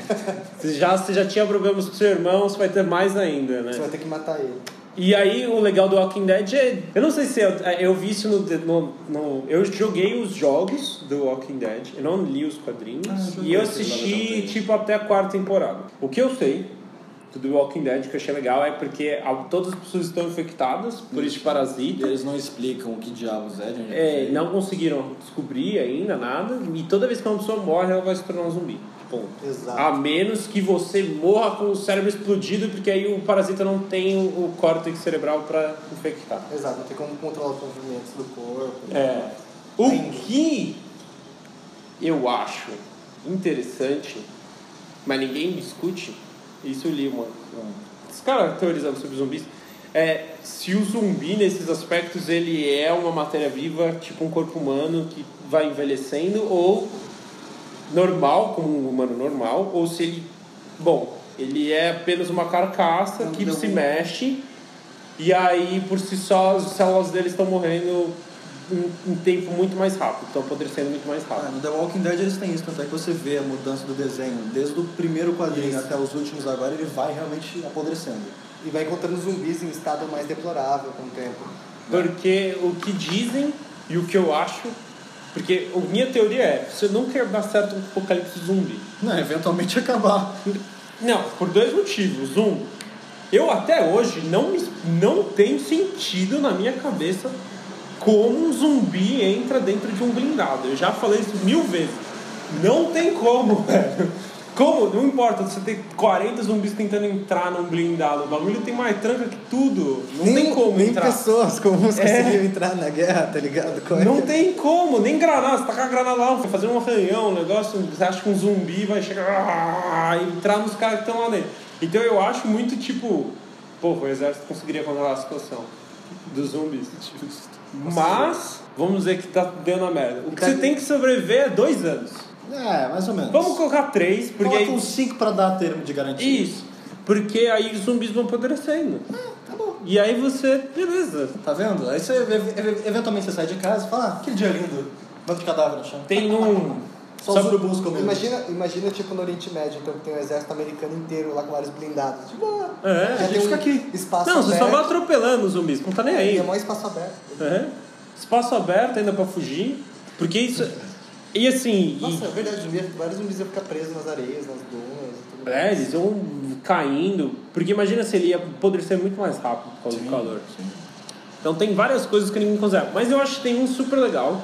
Você já, você já tinha problemas com seu irmão, você vai ter mais ainda, né?
Você vai ter que matar ele.
E aí, o legal do Walking Dead é. Eu não sei se eu, eu vi isso no, no, no- Eu joguei os jogos do Walking Dead, eu não li os quadrinhos.
Ah, eu
e eu
joguei esses jogos
assisti,
também.
tipo, até a quarta temporada. O que eu sei do The Walking Dead, que eu achei legal, é porque a- todas as pessoas estão infectadas por este
E
parasita.
Eles não explicam o que diabos é, de onde
É,
veio.
não conseguiram descobrir ainda nada. E toda vez que uma pessoa morre, ela vai se tornar um zumbi. Ponto.
Exato.
A menos que você morra com o cérebro explodido, porque aí o parasita não tem o, o córtex cerebral para infectar.
Exato, não tem como controlar os movimentos do corpo.
É. O que eu acho interessante, mas ninguém discute, isso eu li uma. um- Esse cara teorizando sobre zumbis. É, se o zumbi, nesses aspectos, ele é uma matéria viva, tipo um corpo humano que vai envelhecendo, ou normal, como um humano normal, ou se ele. Bom, ele é apenas uma carcaça que
Não. é.
se mexe e aí, por si só, as células deles estão morrendo em, em tempo muito mais rápido, estão apodrecendo muito mais
Ah,
rápido.
no The Walking Dead eles têm isso, tanto é que você vê a mudança do desenho. Desde o primeiro quadrinho até os últimos agora, ele vai realmente apodrecendo.
E vai encontrando zumbis em um estado mais deplorável com o tempo.
Porque o que dizem e o que eu acho. Porque a minha teoria é: você nunca ia dar certo um apocalipse zumbi.
Não, eventualmente acabar.
Não, por dois motivos. Um, eu até hoje não, me- não tem sentido na minha cabeça como um zumbi entra dentro de um blindado. Eu já falei isso mil vezes. Não tem como, velho. Como? Não importa, você tem 40 zumbis tentando entrar num blindado. O bagulho tem mais tranca que tudo. Não tem como
nem
entrar.
pessoas comuns
É.
conseguiam entrar na guerra, tá ligado? Qual é?
Não tem como, nem granada, você tacar a granada lá, fazer um arranhão, um negócio, você acha que um zumbi vai chegar ah, e entrar nos caras que estão lá dentro. Então eu acho muito tipo, pô, o exército conseguiria controlar a situação dos zumbis. Mas, vamos dizer que tá dando a merda. O que você tem que sobreviver é dois anos.
É, mais ou menos.
Vamos colocar três, porque
Coloca
aí.
uns 5 um pra dar termo de garantia.
Isso. Porque aí os zumbis vão apodrecendo.
Tá bom.
E aí você, beleza,
Tá vendo? Aí você, ev- ev- eventualmente você sai de casa e fala, ah, que dia lindo. Bando de cadáver no chão.
Tem um.
Só,
Só
os urubus comendo.
Imagina, imagina, tipo, no Oriente Médio, então, que tem um exército americano inteiro lá com vários blindados. Tipo, ah,
É,
já
a gente
tem um
fica aqui.
espaço
Não, você
aberto.
só vai atropelando os zumbis, não tá nem aí.
Tem um maior espaço aberto.
Aham. Espaço aberto ainda pra fugir. Porque isso. E assim. e-
Nossa, é verdade, zumbi, vários zumbis iam ficar presos nas areias, nas dunas e tudo
É, eles iam caindo. Porque imagina se ele ia apodrecer muito mais rápido por causa do calor. Então tem várias coisas que ninguém consegue. Mas eu acho que tem um super legal.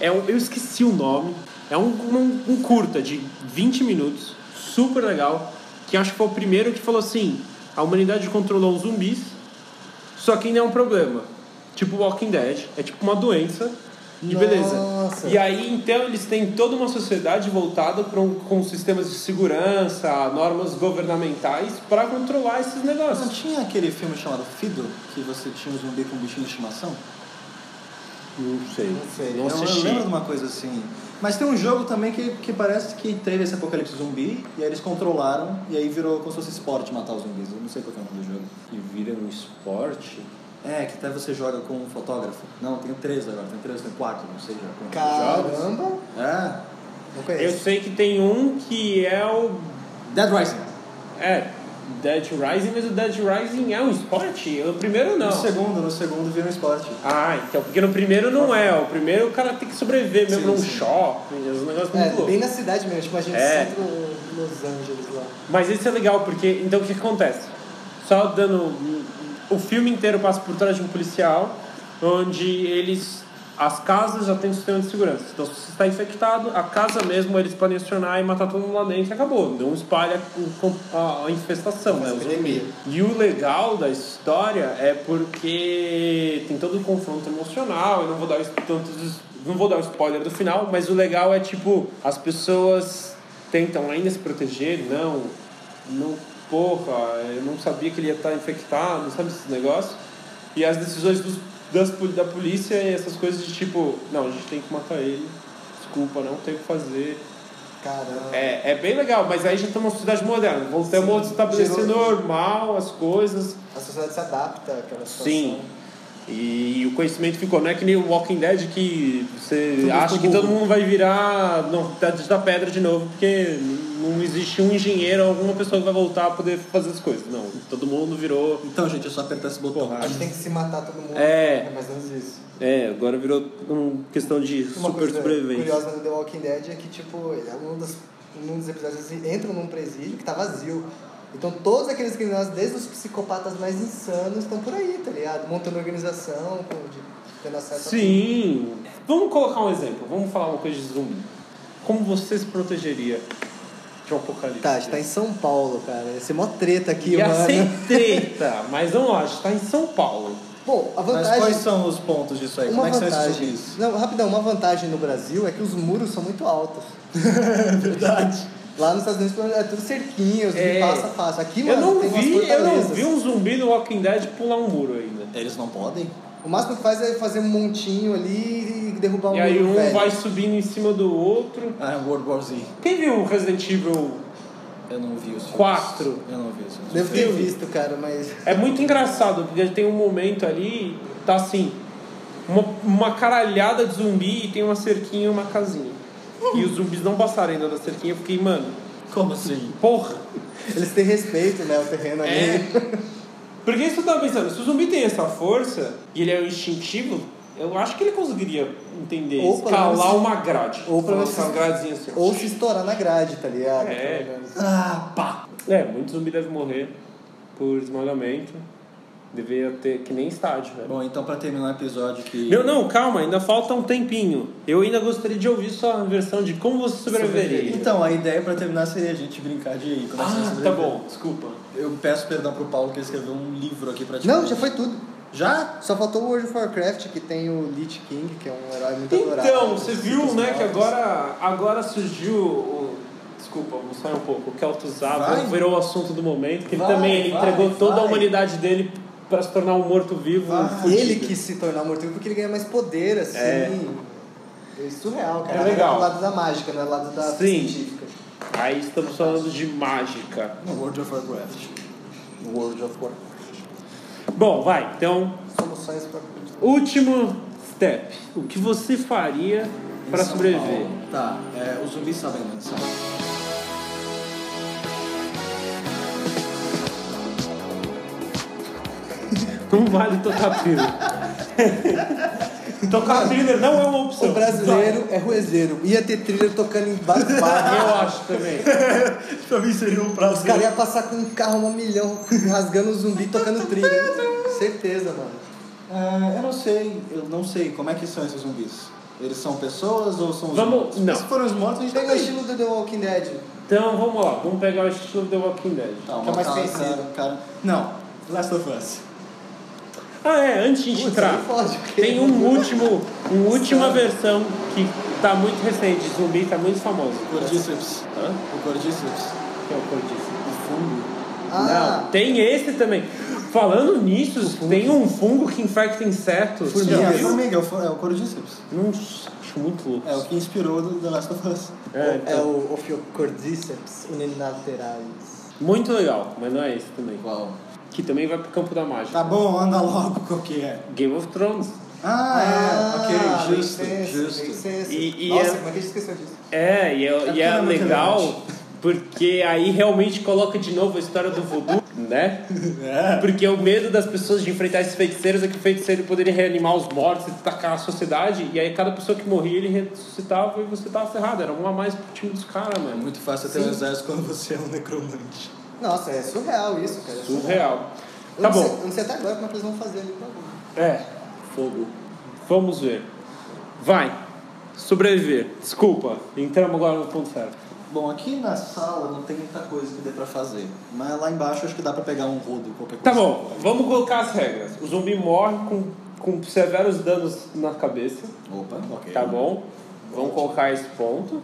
É um, eu esqueci o nome. É um, um, um curta de 20 minutos, super legal. Que acho que foi o primeiro que falou assim: a humanidade controlou os zumbis, só que ainda é um problema. Tipo Walking Dead, é tipo uma doença. E beleza.
Nossa.
E aí, então, eles têm toda uma sociedade voltada pra um, com sistemas de segurança, normas governamentais, para controlar esses
Não
negócios.
tinha aquele filme chamado Fido, que você tinha um zumbi com um bichinho de estimação?
Não sei.
Não sei.
Não
eu, eu
assisti.
lembro de uma coisa assim. Mas tem um jogo também que, que parece que teve esse apocalipse zumbi, e aí eles controlaram, e aí virou como se fosse esporte matar os zumbis. Eu não sei qual que é o nome do jogo.
E vira um esporte?
É, que até você joga com um fotógrafo. Não, tem três agora, tem três, tem quatro, não sei já. quantos jogos.
Caramba!
É.
Não
Eu
conheço.
sei que tem um que é o.
Dead Rising.
É, Dead Rising, mas o Dead Rising é um esporte? O primeiro não.
No segundo, no segundo vira um esporte.
Ah, então, porque no primeiro não é. O primeiro o cara tem que sobreviver mesmo
Sim,
num
sim.
shopping, uns negócios muito
É,
loucos.
bem na cidade mesmo, tipo, imagina
É.
o centro de Los Angeles lá.
Mas isso é legal, porque então o que acontece? Só dando. O filme inteiro passa por trás de um policial, onde eles. As casas já têm um sistema de segurança. Então, se você está infectado, a casa mesmo eles podem acionar e matar todo mundo lá dentro e acabou. Não espalha o com- a a infestação, né? Os-
Epidemia.
E o legal da história é porque tem todo o confronto emocional, eu não vou dar os- tantos, não vou dar o spoiler do final, mas o legal é tipo, as pessoas tentam ainda se proteger, não, não, porra, eu não sabia que ele ia estar infectado, sabe esses negócios? E as decisões dos, das, poli- da polícia e essas coisas de tipo, não, a gente tem que matar ele, desculpa, não tem o que fazer.
Caramba.
É, é bem legal, mas aí já estamos numa sociedade moderna. Voltamos a
Sim,
estabelecer
gerou-
normal as coisas.
A sociedade se adapta àquela situação.
Sim. E o conhecimento ficou, não é que nem o Walking Dead que você
Tudo
acha
ficou
que todo
burro.
mundo vai virar não, tá da pedra de novo, porque não existe um engenheiro ou alguma pessoa que vai voltar a poder fazer as coisas. Não, todo mundo virou.
Então, gente, é só apertar esse botão.
Porra.
A gente tem que se matar todo mundo.
É.
mais ou menos isso.
É, agora virou uma questão de
Uma
super
coisa
sobrevivência.
curiosa do The Walking Dead é que, tipo, ele é um dos, um dos episódios eles entram num presídio que tá vazio. Então todos aqueles criminosos, desde os psicopatas mais insanos, estão por aí, tá ligado? Montando organização, com- de- tendo acesso a...
Sim. Vamos colocar um exemplo, vamos falar uma coisa de zumbi. Como você se protegeria de um apocalipse?
Tá, a gente tá em né? São Paulo, cara. Esse é mó treta aqui,
Já
mano.
sei treta, mas vamos lá, a gente tá em São Paulo.
Bom, a
Mas
vantagem...
quais são os pontos disso aí?
Uma
Como é que são esses
vantagem.
zumbis?
Não, rapidão, uma vantagem no Brasil é que os muros são muito altos.
Verdade.
Lá nos Estados Unidos é tudo cerquinho, os
É.
é. passa a passo. Aqui,
Eu
mano,
não,
tem
vi,
umas
eu não
fortalezas.
vi um zumbi do Walking Dead pular um muro ainda.
Eles não podem?
O máximo que faz é fazer um montinho ali e derrubar um
e aí
muro
um
velho.
vai subindo em cima do outro.
Ah, é um World War Z.
Quem viu o Resident Evil?
Eu não vi os filmes.
Quatro.
Eu não vi os filmes.
Devo ter
Filme.
visto, cara, mas...
É muito engraçado, porque tem um momento ali, tá assim, uma, uma caralhada de zumbi e tem uma cerquinha e uma casinha. E os zumbis não passaram ainda da cerquinha, eu fiquei, mano,
Como assim?
porra.
Eles têm respeito, né, o terreno
É.
ali.
Porque isso eu tava pensando, se o zumbi tem essa força e ele é instintivo, eu acho que ele conseguiria entender,
Ou pelo menos-
escalar uma grade.
ou pelo menos-
Colocar uma gradezinha assim.
Ou se estourar na grade, tá ligado?
É.
Pelo menos.
Ah, pá!
É, muito zumbi deve morrer por esmagamento. Deveria ter que nem estádio, né? velho.
Bom, então pra terminar o episódio que...
Não, não, calma, ainda falta um tempinho. Eu ainda gostaria de ouvir sua versão de como você sobreviveria.
Então, a ideia pra terminar seria a gente brincar de começar a
ah, tá
sobreviver.
bom, desculpa.
Eu peço perdão pro Paulo que escreveu um livro aqui pra ti.
Não, já foi tudo.
Já?
Só faltou o World of Warcraft, que tem o Lich King, que é um herói muito adorado.
Então, você viu,
Dos
né, que
mortos.
agora, agora surgiu o... Desculpa, vou sair um pouco. O Kelto Zaba
Vai.
virou o assunto do momento, que ele
Vai,
também ele
vai,
entregou toda a
vai.
humanidade dele pra se tornar um morto-vivo.
Vai.
fudido.
Ele quis se tornar morto-vivo porque ele ganha mais poder, assim.
É.
É surreal, cara.
É legal.
É do lado da mágica, não é do lado da
Sim.
científica.
Aí estamos falando de mágica.
No World of Warcraft.
World of Warcraft.
Bom, vai, então
Soluções pra...
Último step. O que você faria
em
Pra
São
sobreviver.
Paulo. Tá, é, os zumbis sabem dançar.
Não vale tocar thriller. tocar thriller não é uma opção.
O brasileiro é ruezeiro. Ia ter trilha tocando em vários bares.
Ah, Eu acho também.
Também seria um
Os
prazer.
caras iam passar com um carro, um milhão, rasgando um zumbi, tocando trilha. Certeza, mano.
Ah, eu não sei, eu não sei como é que são esses zumbis. Eles são pessoas ou são os
Vamos-
mortos?
não.
Se forem os mortos, a gente
Pega o
pega
estilo do The Walking Dead.
Então vamos lá, vamos pegar o estilo The Walking Dead.
Que é mais
calma,
conhecido.
cara, cara. Tá, Não, Last of Us.
Ah é, antes de
Putz,
entrar,
aí fode, porque-
tem um último, uma última versão que tá muito recente, de zumbi tá muito famoso.
Cordyceps.
Hã?
O Cordyceps.
Que é o Cordyceps.
O fungo.
Não, tem esse também. Falando nisso, tem um fungo que infecta insetos.
Formiga.
Já
É, a
viu?
formiga, é o fu- é o Cordyceps.
Não acho muito louco.
É o que inspirou do The Last of Us.
É,
É
então,
o Ophiocordyceps unilateralis.
Muito legal, mas não é esse também.
Qual?
Que também vai pro campo da mágica.
Tá bom, anda logo, qual que é?
Game of Thrones. é.
Ah,
Ah,
é, ok,
bem
justo,
senso, bem
justo.
senso.
E- e
Nossa,
é-
como é que a gente esqueceu disso?
É, e é, e é
tudo muito
legal
relevante.
porque aí realmente coloca de novo a história do voodoo, né?
É.
Porque o medo das pessoas de enfrentar esses feiticeiros é que o feiticeiro poderia reanimar os mortos e atacar a sociedade. E aí cada pessoa que morria ele ressuscitava e você tava ferrado. Era um a mais pro time dos caras,
É
mano.
muito fácil ter um exército quando você é um necromante.
Nossa, é surreal isso, cara.
Surreal.
Eu
Tá
não sei-
bom.
eu não sei até agora como é que eles vão fazer ali pra mim.
É. Fogo. Vamos ver. Vai. Sobreviver. Desculpa. Entramos agora no ponto certo.
Bom, aqui na sala não tem muita coisa que dê pra fazer. Mas lá embaixo acho que dá pra pegar um rodo, qualquer coisa.
Tá bom. Vamos colocar as regras. O zumbi morre com, com severos danos na cabeça.
Opa, ok.
Tá bom? Vamos colocar esse ponto.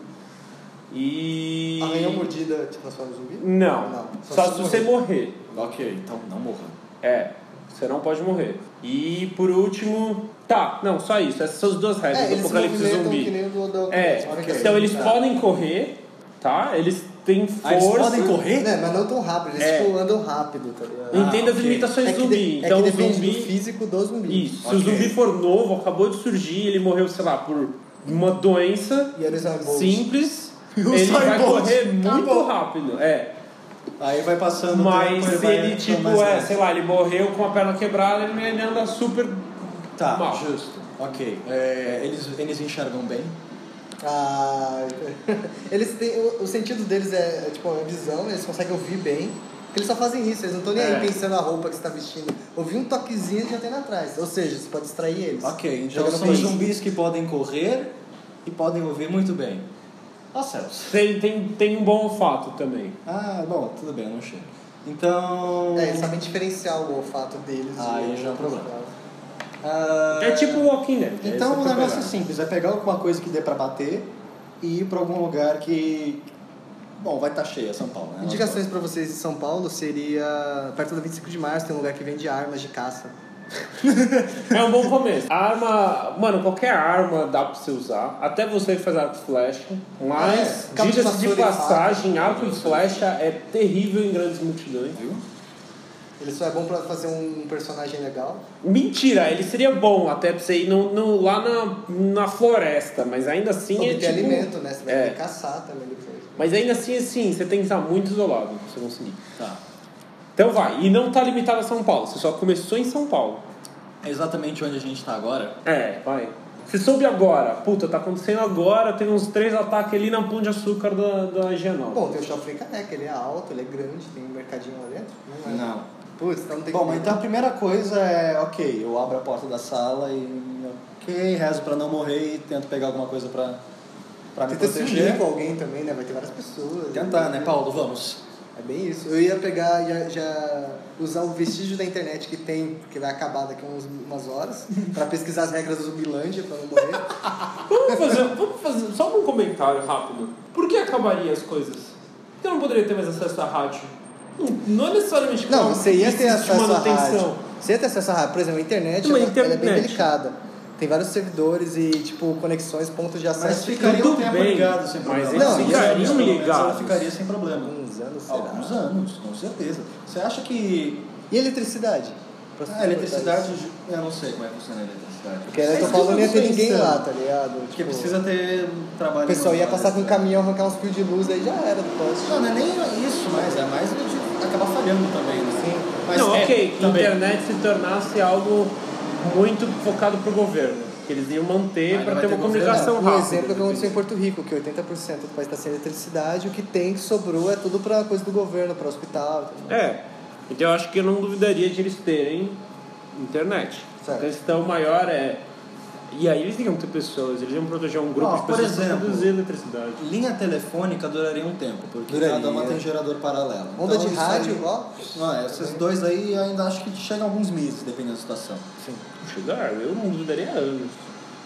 E... Hum,
Arranhou mordida tipo, te transforma em zumbi?
Não.
Ah, Não.
Só, se você morrer.
Ok, então não morra.
É. Você não pode morrer. E por último. Tá, não, só isso. Essas são as duas regras do
É, eles se
apocalipse
movimentam que
zumbi.
nem o do do-
É.
Ok.
Então eles
Tá.
podem correr, tá? Eles têm
Ah, eles
força.
podem correr? Ah,
Né, mas não tão rápido, eles
É.
tipo, andam rápido, tá ligado?
Entenda as
ok.
limitações
É
do
que
zumbi.
de- é
então
que
o
depende
zumbi.
do físico do zumbi.
Isso. Se o
Ok.
zumbi for novo, acabou de surgir, ele morreu, sei lá, por uma doença
E eles são bons.
simples.
é O
Ele
Usain
vai
Bolt.
correr
Tá
muito
bom.
rápido. É.
Aí vai passando o
Mas
tempo,
se
vai
ele,
ficando
tipo,
mais
é,
lento.
sei lá, ele morreu com a perna quebrada, ele ele anda super
Tá,
mal.
justo. Ok. É, eles, eles enxergam bem.
Ah, eles têm, o, o sentido deles é, é, tipo a visão, eles conseguem ouvir bem. Porque eles só fazem isso, eles não estão nem
É.
aí pensando a roupa que você está vestindo. Ouvir um toquezinho eles já tem lá atrás. Ou seja, você pode distrair eles.
Ok, então
Jogando
são
pra eles.
zumbis que podem correr e podem ouvir muito bem. Tá Ó céus.
Tem, tem, tem um bom olfato também.
Ah, bom, tudo bem, eu não chego. Então...
É, eles sabem diferenciar o olfato deles.
Aí
e-
já é um problema. ah,
É tipo o Walking Dead. é
Então
essa
o negócio é
pegada.
simples, é pegar alguma coisa que dê pra bater e ir pra algum lugar que... Bom, vai estar cheia São Paulo, né?
Indicações pra vocês de São Paulo seria perto do 25 de março tem um lugar que vende armas de caça.
É um bom começo. Arma. Mano, qualquer arma dá pra você usar. Até você que faz arco e flecha. Mas,
É, cabo de
diga-se de
vassoura e
passagem, arco e flecha é terrível em grandes multidões.
Viu?
Ele só é bom pra fazer um personagem legal.
Mentira, ele seria bom até pra você ir no, no- lá na, na floresta, mas ainda assim é
Obter
tipo...
alimento, né? Você vai
é.
ter que caçar também depois.
Mas ainda assim, assim, você tem que estar muito isolado pra você conseguir.
Tá.
Então vai, e não tá limitado a São Paulo, você só começou em São Paulo.
É exatamente onde a gente tá agora.
É, vai. Você soube agora, puta, tá acontecendo agora, teve uns três ataques ali na Pão de Açúcar da, da Higienópolis.
Bom, tem o Shopping Caneca, ele é alto, ele é grande, tem um mercadinho lá dentro. é?
Não.
Putz, então não tem
Bom,
que-
mas então a primeira coisa é, ok, eu abro a porta da sala e ok, rezo pra não morrer e tento pegar alguma coisa pra, pra me
Tenta se unir
proteger.
com alguém também, né? Vai ter várias pessoas.
Tentar, né, Paulo? Vamos.
É bem isso. Eu ia pegar, já, já usar o vestígio da internet que tem, que vai acabar daqui a uns, umas horas, pra pesquisar as regras do Zumbilândia pra não morrer.
Vamos fazer, vamos fazer só um comentário rápido. Por que acabaria as coisas? Por que eu não poderia ter mais acesso à rádio? Não, não é necessariamente que
Não, você ia
existe
ter acesso à
manutenção.
rádio. Você ia ter acesso à rádio. Por exemplo, a internet,
Uma
ela, ela é bem
internet.
delicada. Tem vários servidores e, tipo, conexões, pontos de acesso.
Mas ficaria um
tudo
tempo
bem,
ligado sem
mas
problema.
eles
Não,
ficariam
anos, pelo menos, Ela
ligados.
ficaria sem problema.
Alguns anos, será?
Alguns anos, com certeza. Você acha que
E eletricidade? pra
Ah, eletricidade, eu não sei como é que funciona a eletricidade.
Porque era o que eu
Mas
falo, não ia ter
pensando,
ninguém lá, tá ligado?
Porque
Tipo,
precisa ter um trabalho.
o pessoal ia
manual,
passar com um
né?
caminhão, arrancar uns fios de luz, aí já era do poste.
Não, não é nem isso, mas é mais de acabar falhando também. né? Mas
não,
é,
ok,
tá
então, que a
também.
internet se tornasse algo muito focado pro governo. Que eles iam manter
Mas
para
vai
ter
ter
uma
governo.
comunicação
Um
rápida.
exemplo é
né?
o que aconteceu
depende.
em Porto Rico, que 80% do país está sem eletricidade, o que tem que sobrou é tudo pra coisa do governo, pra hospital. entendeu?
É. Então eu acho que eu não duvidaria de eles terem internet.
Certo.
A questão maior é. E aí eles iam ter pessoas, eles iam proteger um grupo
Ó,
de
por
pessoas para
exemplo,
produzir eletricidade.
Linha telefônica duraria um tempo, porque
Duraria.
cada uma tem gerador paralelo. Então,
Onda de
É, isso
rádio,
aí-
ó.
Não, é, esses dois aí ainda acho que chegam alguns meses, dependendo da situação.
Chegar, eu não duvidaria anos.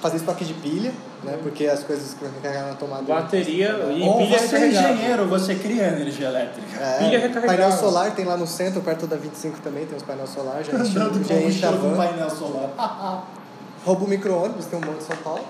Fazer estoque de pilha, né? Porque as coisas que vai carregar na tomada.
Bateria e
Ou
pilha
você é
recarregável.
engenheiro, você cria energia elétrica.
É,
pilha recarregável.
Painel solar tem lá no centro, perto da 25 também, tem uns painel solar, já enche,
Andando
já enche a
combustível com
van.
um painel solar.
Rouba o micro-ônibus, tem um monte em São Paulo.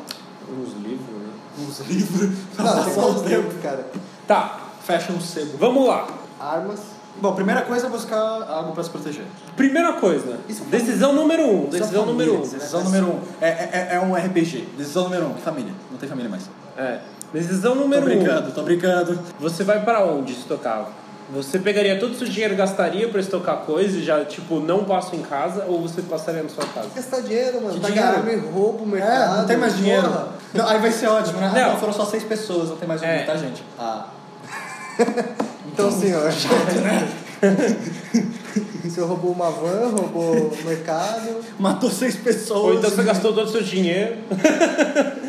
Uns livros, né?
Uns livros.
Não, tem
Passar o
pouco
tempo.
tempo, cara.
Tá,
Fecha um sebo.
vamos lá.
Armas.
Bom, primeira coisa é buscar algo para se proteger.
Primeira coisa,
Isso foi-
decisão número um.
Sua
Decisão
família,
número um.
Decisão número um. É, é, é um RPG. Decisão número um. Família. Não tem família mais.
É. Decisão
Tô
número um.
brincando, tô brincando.
Você vai pra onde estocar? Você pegaria todo o seu dinheiro, gastaria pra estocar coisa e já, tipo, não passo em casa ou você passaria na sua casa?
Gastar dinheiro, mano.
Que
Tá
dinheiro?
arma e roubo,
É,
mercado.
não tem mais
Ah, porra.
dinheiro. Não, aí vai ser ótimo, né? Ah,
Não.
não, foram só seis pessoas, não tem mais
É.
dinheiro, tá, gente? Ah.
Então, senhor. O senhor roubou uma van, roubou o mercado.
Matou seis
Ou
pessoas.
então você gastou todo o seu dinheiro.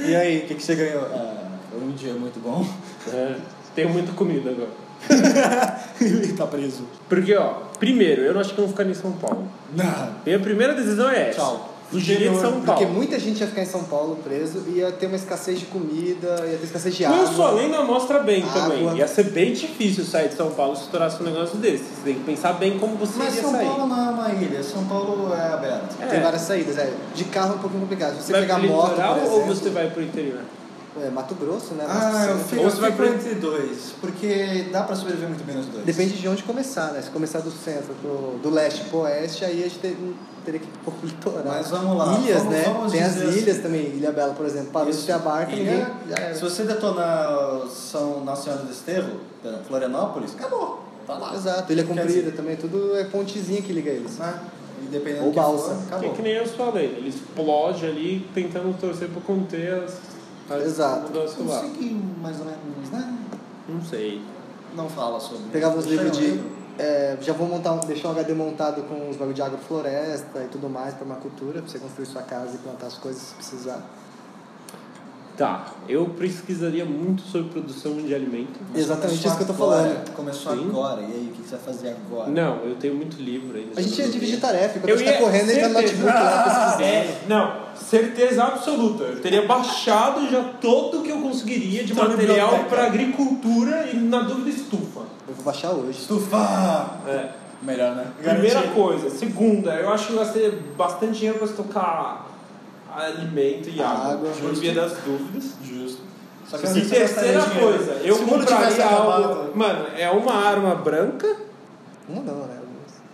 E aí, o que, que você ganhou? Ah, foi um dia muito bom.
É. Tenho muita comida agora.
e tá preso.
Porque, ó, primeiro, eu não acho que eu vou ficar em São Paulo.
Não.
Minha primeira decisão é essa.
Tchau.
Fugiria de São
Porque
Paulo.
muita gente ia ficar em São Paulo preso, ia ter uma escassez de comida, ia ter escassez de água.
Não só além da mostra bem
Água.
também. Ia ser bem difícil sair de São Paulo se estourasse um negócio desse. Você tem que pensar bem como você
Mas
iria
São
sair.
Paulo não é uma ilha. São Paulo é aberto.
É.
Tem várias saídas, é. De carro é um pouquinho complicado. Se você
vai
pegar
pro
moto,
litoral
por
ou
exemplo,
você vai pro interior?
é, Mato Grosso, né?
Ah, eu
Mato
fico,
Ou
eu
você vai
fico
pro-
entre dois, porque dá pra sobreviver muito bem nos dois.
Depende de onde começar, né? Se começar do centro, pro, do leste pro oeste, aí a gente ter- teria que ir pro litoral.
Mas vamos lá,
Ilhas,
vamos-
né?
vamos
Tem as
dizer
ilhas
assim.
também. Ilha Bela, por exemplo. Parou de
Isso.
ter a barca,
Ilha,
ninguém... né? Já era.
Se você detonar São Nossa Senhora do Esterro, perdão, Florianópolis, acabou. Tá lá.
Exato. Ilha
Quer
comprida
dizer,
também. Tudo é pontezinha que liga eles.
né? E dependendo
Ou
do que for,
balsa.
Que é
acabou.
que nem eu falei, ele explode ali tentando torcer pra conter as, as
Exato.
mudanças lá.
Consegui Então, mais ou menos, né?
Não sei.
Não fala sobre.
Pegava uns
Sei
livros
lá.
de... é, já vou montar, um- deixar um HD montado com os bagulho de agrofloresta e tudo mais pra uma cultura, pra você construir sua casa e plantar as coisas se precisar.
Tá, eu pesquisaria muito sobre produção de alimento.
Mas
Exatamente
começou
isso que eu tô
agora,
falando.
Começou
Sim.
agora, e aí, o que você vai fazer agora?
Não, eu tenho muito livro ainda.
A gente ia dividir tarefa, enquanto
Eu
a gente tá
ia-
correndo, ele tá no
certeza.
notebook lá pesquisando.
É, não, certeza absoluta. Eu teria baixado já todo o que eu conseguiria de
Tua
material
biblioteca.
pra agricultura e, na dúvida, estufa.
Eu vou baixar hoje.
Estufa!
É.
Melhor, né?
Primeira
Garantia.
coisa. Segunda, eu acho que eu gastei bastante dinheiro pra estocar alimento e água.
Água,
por
justo.
via das dúvidas.
Justo. Só que assim,
E terceira coisa, eu
Se o mundo tivesse
compraria
acabado-
algo. Mano, é uma arma branca.
Uma não, né?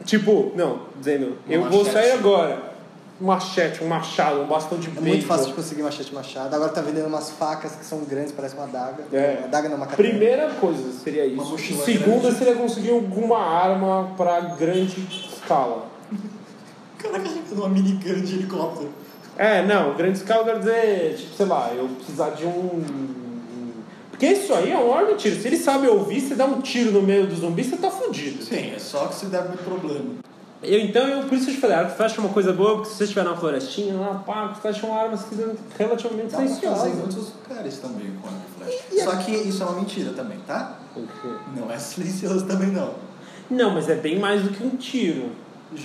Tipo, não, dizendo,
Uma
eu vou
Um machete.
sair agora. Um machete, um machado, um bastão de
É
bacon.
muito fácil de conseguir machete machado. Agora tá vendendo umas facas que são grandes, parece uma adaga.
É.
Uma adaga não, uma katana.
Primeira coisa seria
Uma
isso.
mochila
Segunda
grande.
seria conseguir alguma arma pra grande escala.
Caraca, ele fez uma minigun de helicóptero.
É, não, grande escala eu quero dizer, tipo, sei lá, eu precisar de um. Porque isso aí é um órgão de tiro. Se ele sabe ouvir, você dá um tiro no meio do zumbi, você tá fudido.
Sim, é só que se der muito problema.
Eu, então, eu, por isso que eu te falei, a arma que fecha é uma coisa boa, porque se você estiver na florestinha, lá, pá, você fecha uma arma assim, relativamente
Dá pra fazer em
silenciosa.
outros lugares também com arco e flecha. Só que isso é uma mentira também, tá? Não é silencioso também não.
Não, mas é bem mais do que um tiro.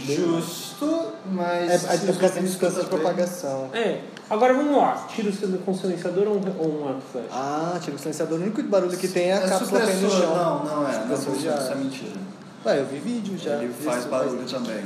Justo, mas...
É, é,
se
é
os
por causa da
zumbis
distância de
também-
propagação.
É. Agora vamos lá, tiro sendo com silenciador ou um, ou um arco e flecha?
Ah, tiro silenciador. O único barulho que tem é a
É
cápsula caindo no
supressor, não,
chão.
não é. Não,
Supressor
isso
já.
é mentira.
Ué, eu vi vídeo já.
Ele
disso,
faz
mas-
barulho também.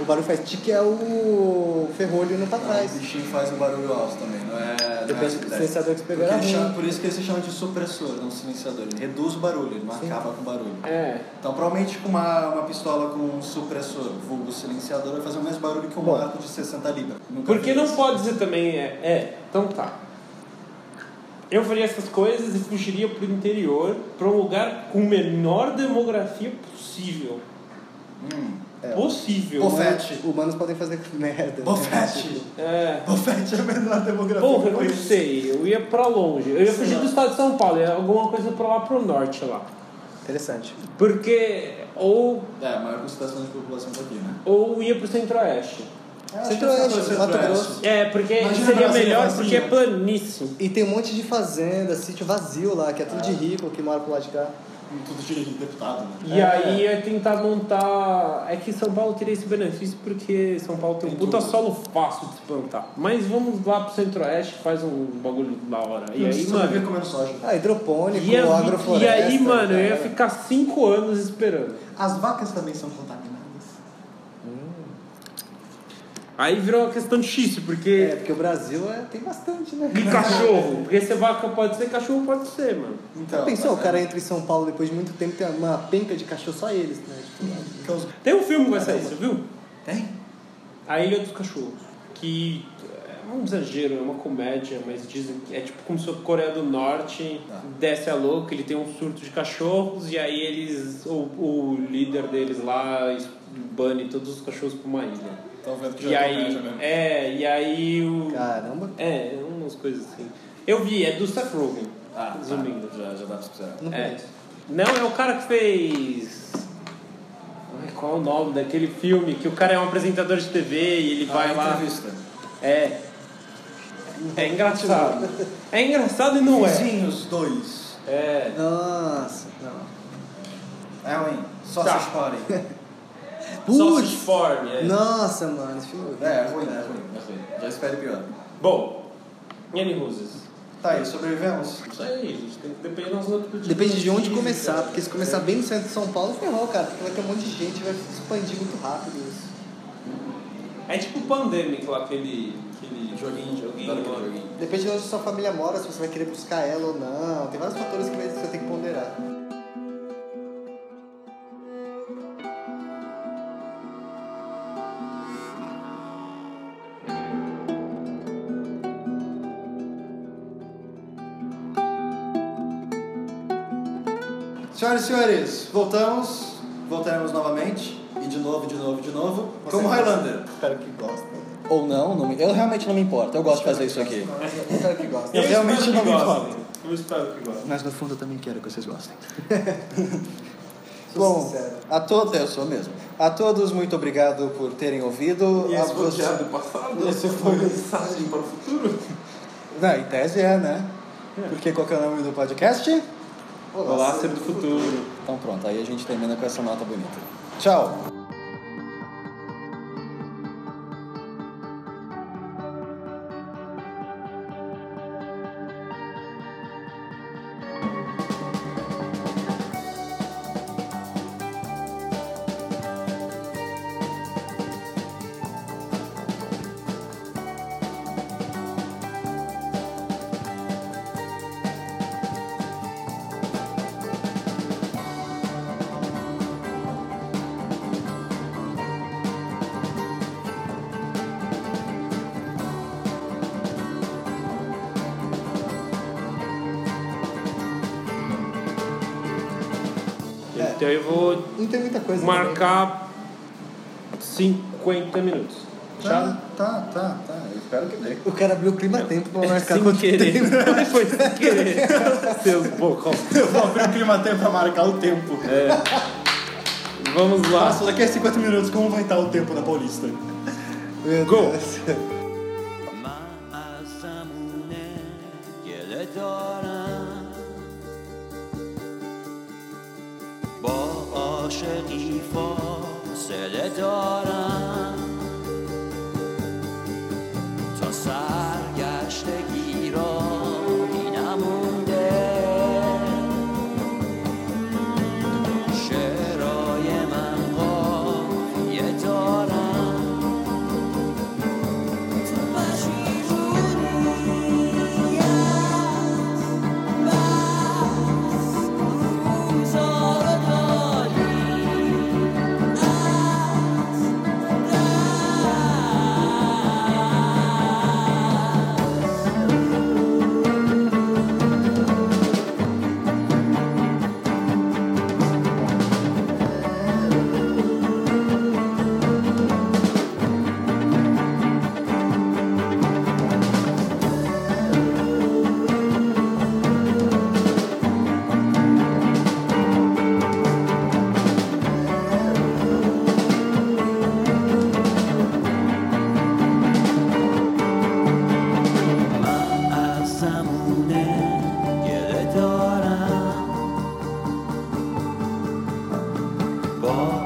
O barulho faz tique é o ferrolho
Ah,
no pra trás.
O bichinho faz um barulho alto também, não é? não é
Depende do silenciador que você pegou,
Porque
era
ele chama-
ruim.
por isso que ele se chama de supressor, não silenciador. Ele reduz o barulho, ele não acaba com o barulho.
É.
Então, provavelmente com uma, uma pistola com um supressor, vulgo silenciador, vai fazer o mesmo barulho que um
Bom.
arco de 60 libras. Nunca
Porque
vi
não
isso.
pode dizer também, é, é, então tá. Eu faria essas coisas e fugiria pro interior, pra um lugar com menor demografia possível.
Hum.
Possível.
Pô,
né?
Bofete.
Humanos podem fazer merda. né?
Bofete.
É.
Bofete é a menor demografia.
Porra, eu
Pois.
não sei, eu ia pra longe. Eu ia fugir do estado de São Paulo, ia alguma coisa pra lá pro norte lá.
Interessante.
Porque. Ou,
É, maior concentração de população aqui, né?
ou ia pro centro-oeste.
É, acho que
Centro-Oeste,
é
Mato
centro-oeste.
Grosso.
É, porque
Imagina
seria
Brasília
melhor
vazia.
porque é planíssimo.
E tem um monte de fazenda, sítio vazio lá, que é tudo de rico que mora pro lado de cá.
Tudo de deputado, né?
E
É.
aí ia tentar montar. É que São Paulo teria esse benefício porque São Paulo tem um
Tem
puta
tudo.
solo fácil de se plantar. Mas vamos lá pro centro-oeste, faz um bagulho da hora. E aí,
Você
mano.
vive comendo soja.
Ah, hidropônico,
Ia, e
agrofloresta. É,
aí, mano, eu ia
cara.
ficar cinco anos esperando.
As vacas também são contaminadas.
Aí virou uma questão difícil,
É,
porque.
porque o Brasil é- tem bastante, né?
E cachorro. Porque se vaca pode ser, cachorro pode ser, mano.
Então.
Pensou,
mas
o cara é- entra em São Paulo depois de muito tempo tem uma penca de cachorro só eles, né? Tipo,
é- causa-
Tem um filme que vai sair, você viu?
Tem?
A Ilha dos Cachorros. Que é um exagero, é uma comédia, mas dizem que é tipo como se a Coreia do Norte
Tá.
desce a louca, ele tem um surto de cachorros e aí eles. O, o líder deles lá es- bane todos os cachorros pra uma ilha.
Estão vendo que
E
já é
aí.
comédia mesmo.
É, e aí o.
caramba,
É, umas coisas assim. Eu vi, é do Seth Rogen.
Ah, tá.
Resumindo.
Já, já dá pra esperar.
não
É.
conheço.
Não, é o cara que fez. Ai, qual é o nome daquele filme que o cara é um apresentador de TV e
Ah,
ele vai lá.
Entrevista.
É. É engraçado. É engraçado e não é.
Vizinhos dois.
É.
Nossa, não.
É ruim. Sausage Party.
Sausage
Putz!
Farm, é.
Nossa, mano, esse filme
É, é ruim, é ruim, é ruim. Já espere pior.
Bom, N Roses.
Tá aí, sobrevivemos? Não sei.
É isso, tem que depender das outras
Depende de onde começar, porque se começar bem no centro de São Paulo, ferrou, cara, porque vai ter um monte de gente, vai expandir muito rápido isso.
É tipo o Pandemic lá, aquele. aquele
Joguinho,
joguinho.
Claro que
lá.
joguinho.
Depende de onde sua família mora, se você vai querer buscar ela ou não, tem vários fatores que você tem que ponderar.
Senhoras e senhores, voltamos. Voltaremos novamente. E de novo, de novo, de novo. Como
Você-
Highlander.
Espero que gosta.
Ou não, não me- eu realmente não me importo. Eu gosto de fazer isso aqui.
Espero que gosta.
Eu realmente
espero que
não me
gostem. Eu espero que gostem.
Mas no fundo eu também quero que vocês gostem.
Sou
Bom,
sincero.
a todos, eu sou mesmo. A todos, muito obrigado por terem ouvido.
E
a
esse foi o
Ah, você-
diabo do passado? Essa foi uma mensagem para o futuro?
Não, em tese é, né? Porque qual que é o nome do podcast?
Olá, ser do futuro.
Então pronto, aí a gente termina com essa nota bonita. Tchau!
É.
Então eu vou
Não tem muita coisa. né?
marcar 50 minutos.
Tá, tá, tá, tá. Eu espero que dê.
também. O cara abriu o clima-tempo pra marcar
Sem
quanto
querer.
tempo.
Foi sem querer. Seus bocão.
Eu vou abrir o clima tempo pra marcar o tempo.
É. Vamos lá.
Nossa, daqui a 50 minutos, como vai estar o tempo na Paulista?
Meu
Go.
Deus.
Ma asa mulher que ele dora با عاشقی فاصله دارم تا سرگشتگی راهی نمونده شعرهای من قافیه دارم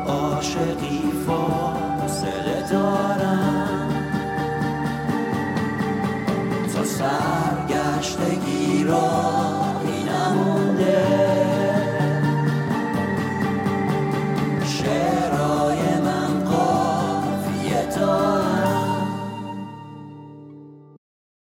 عاشقی فاصله دارم تا سرگشتگی را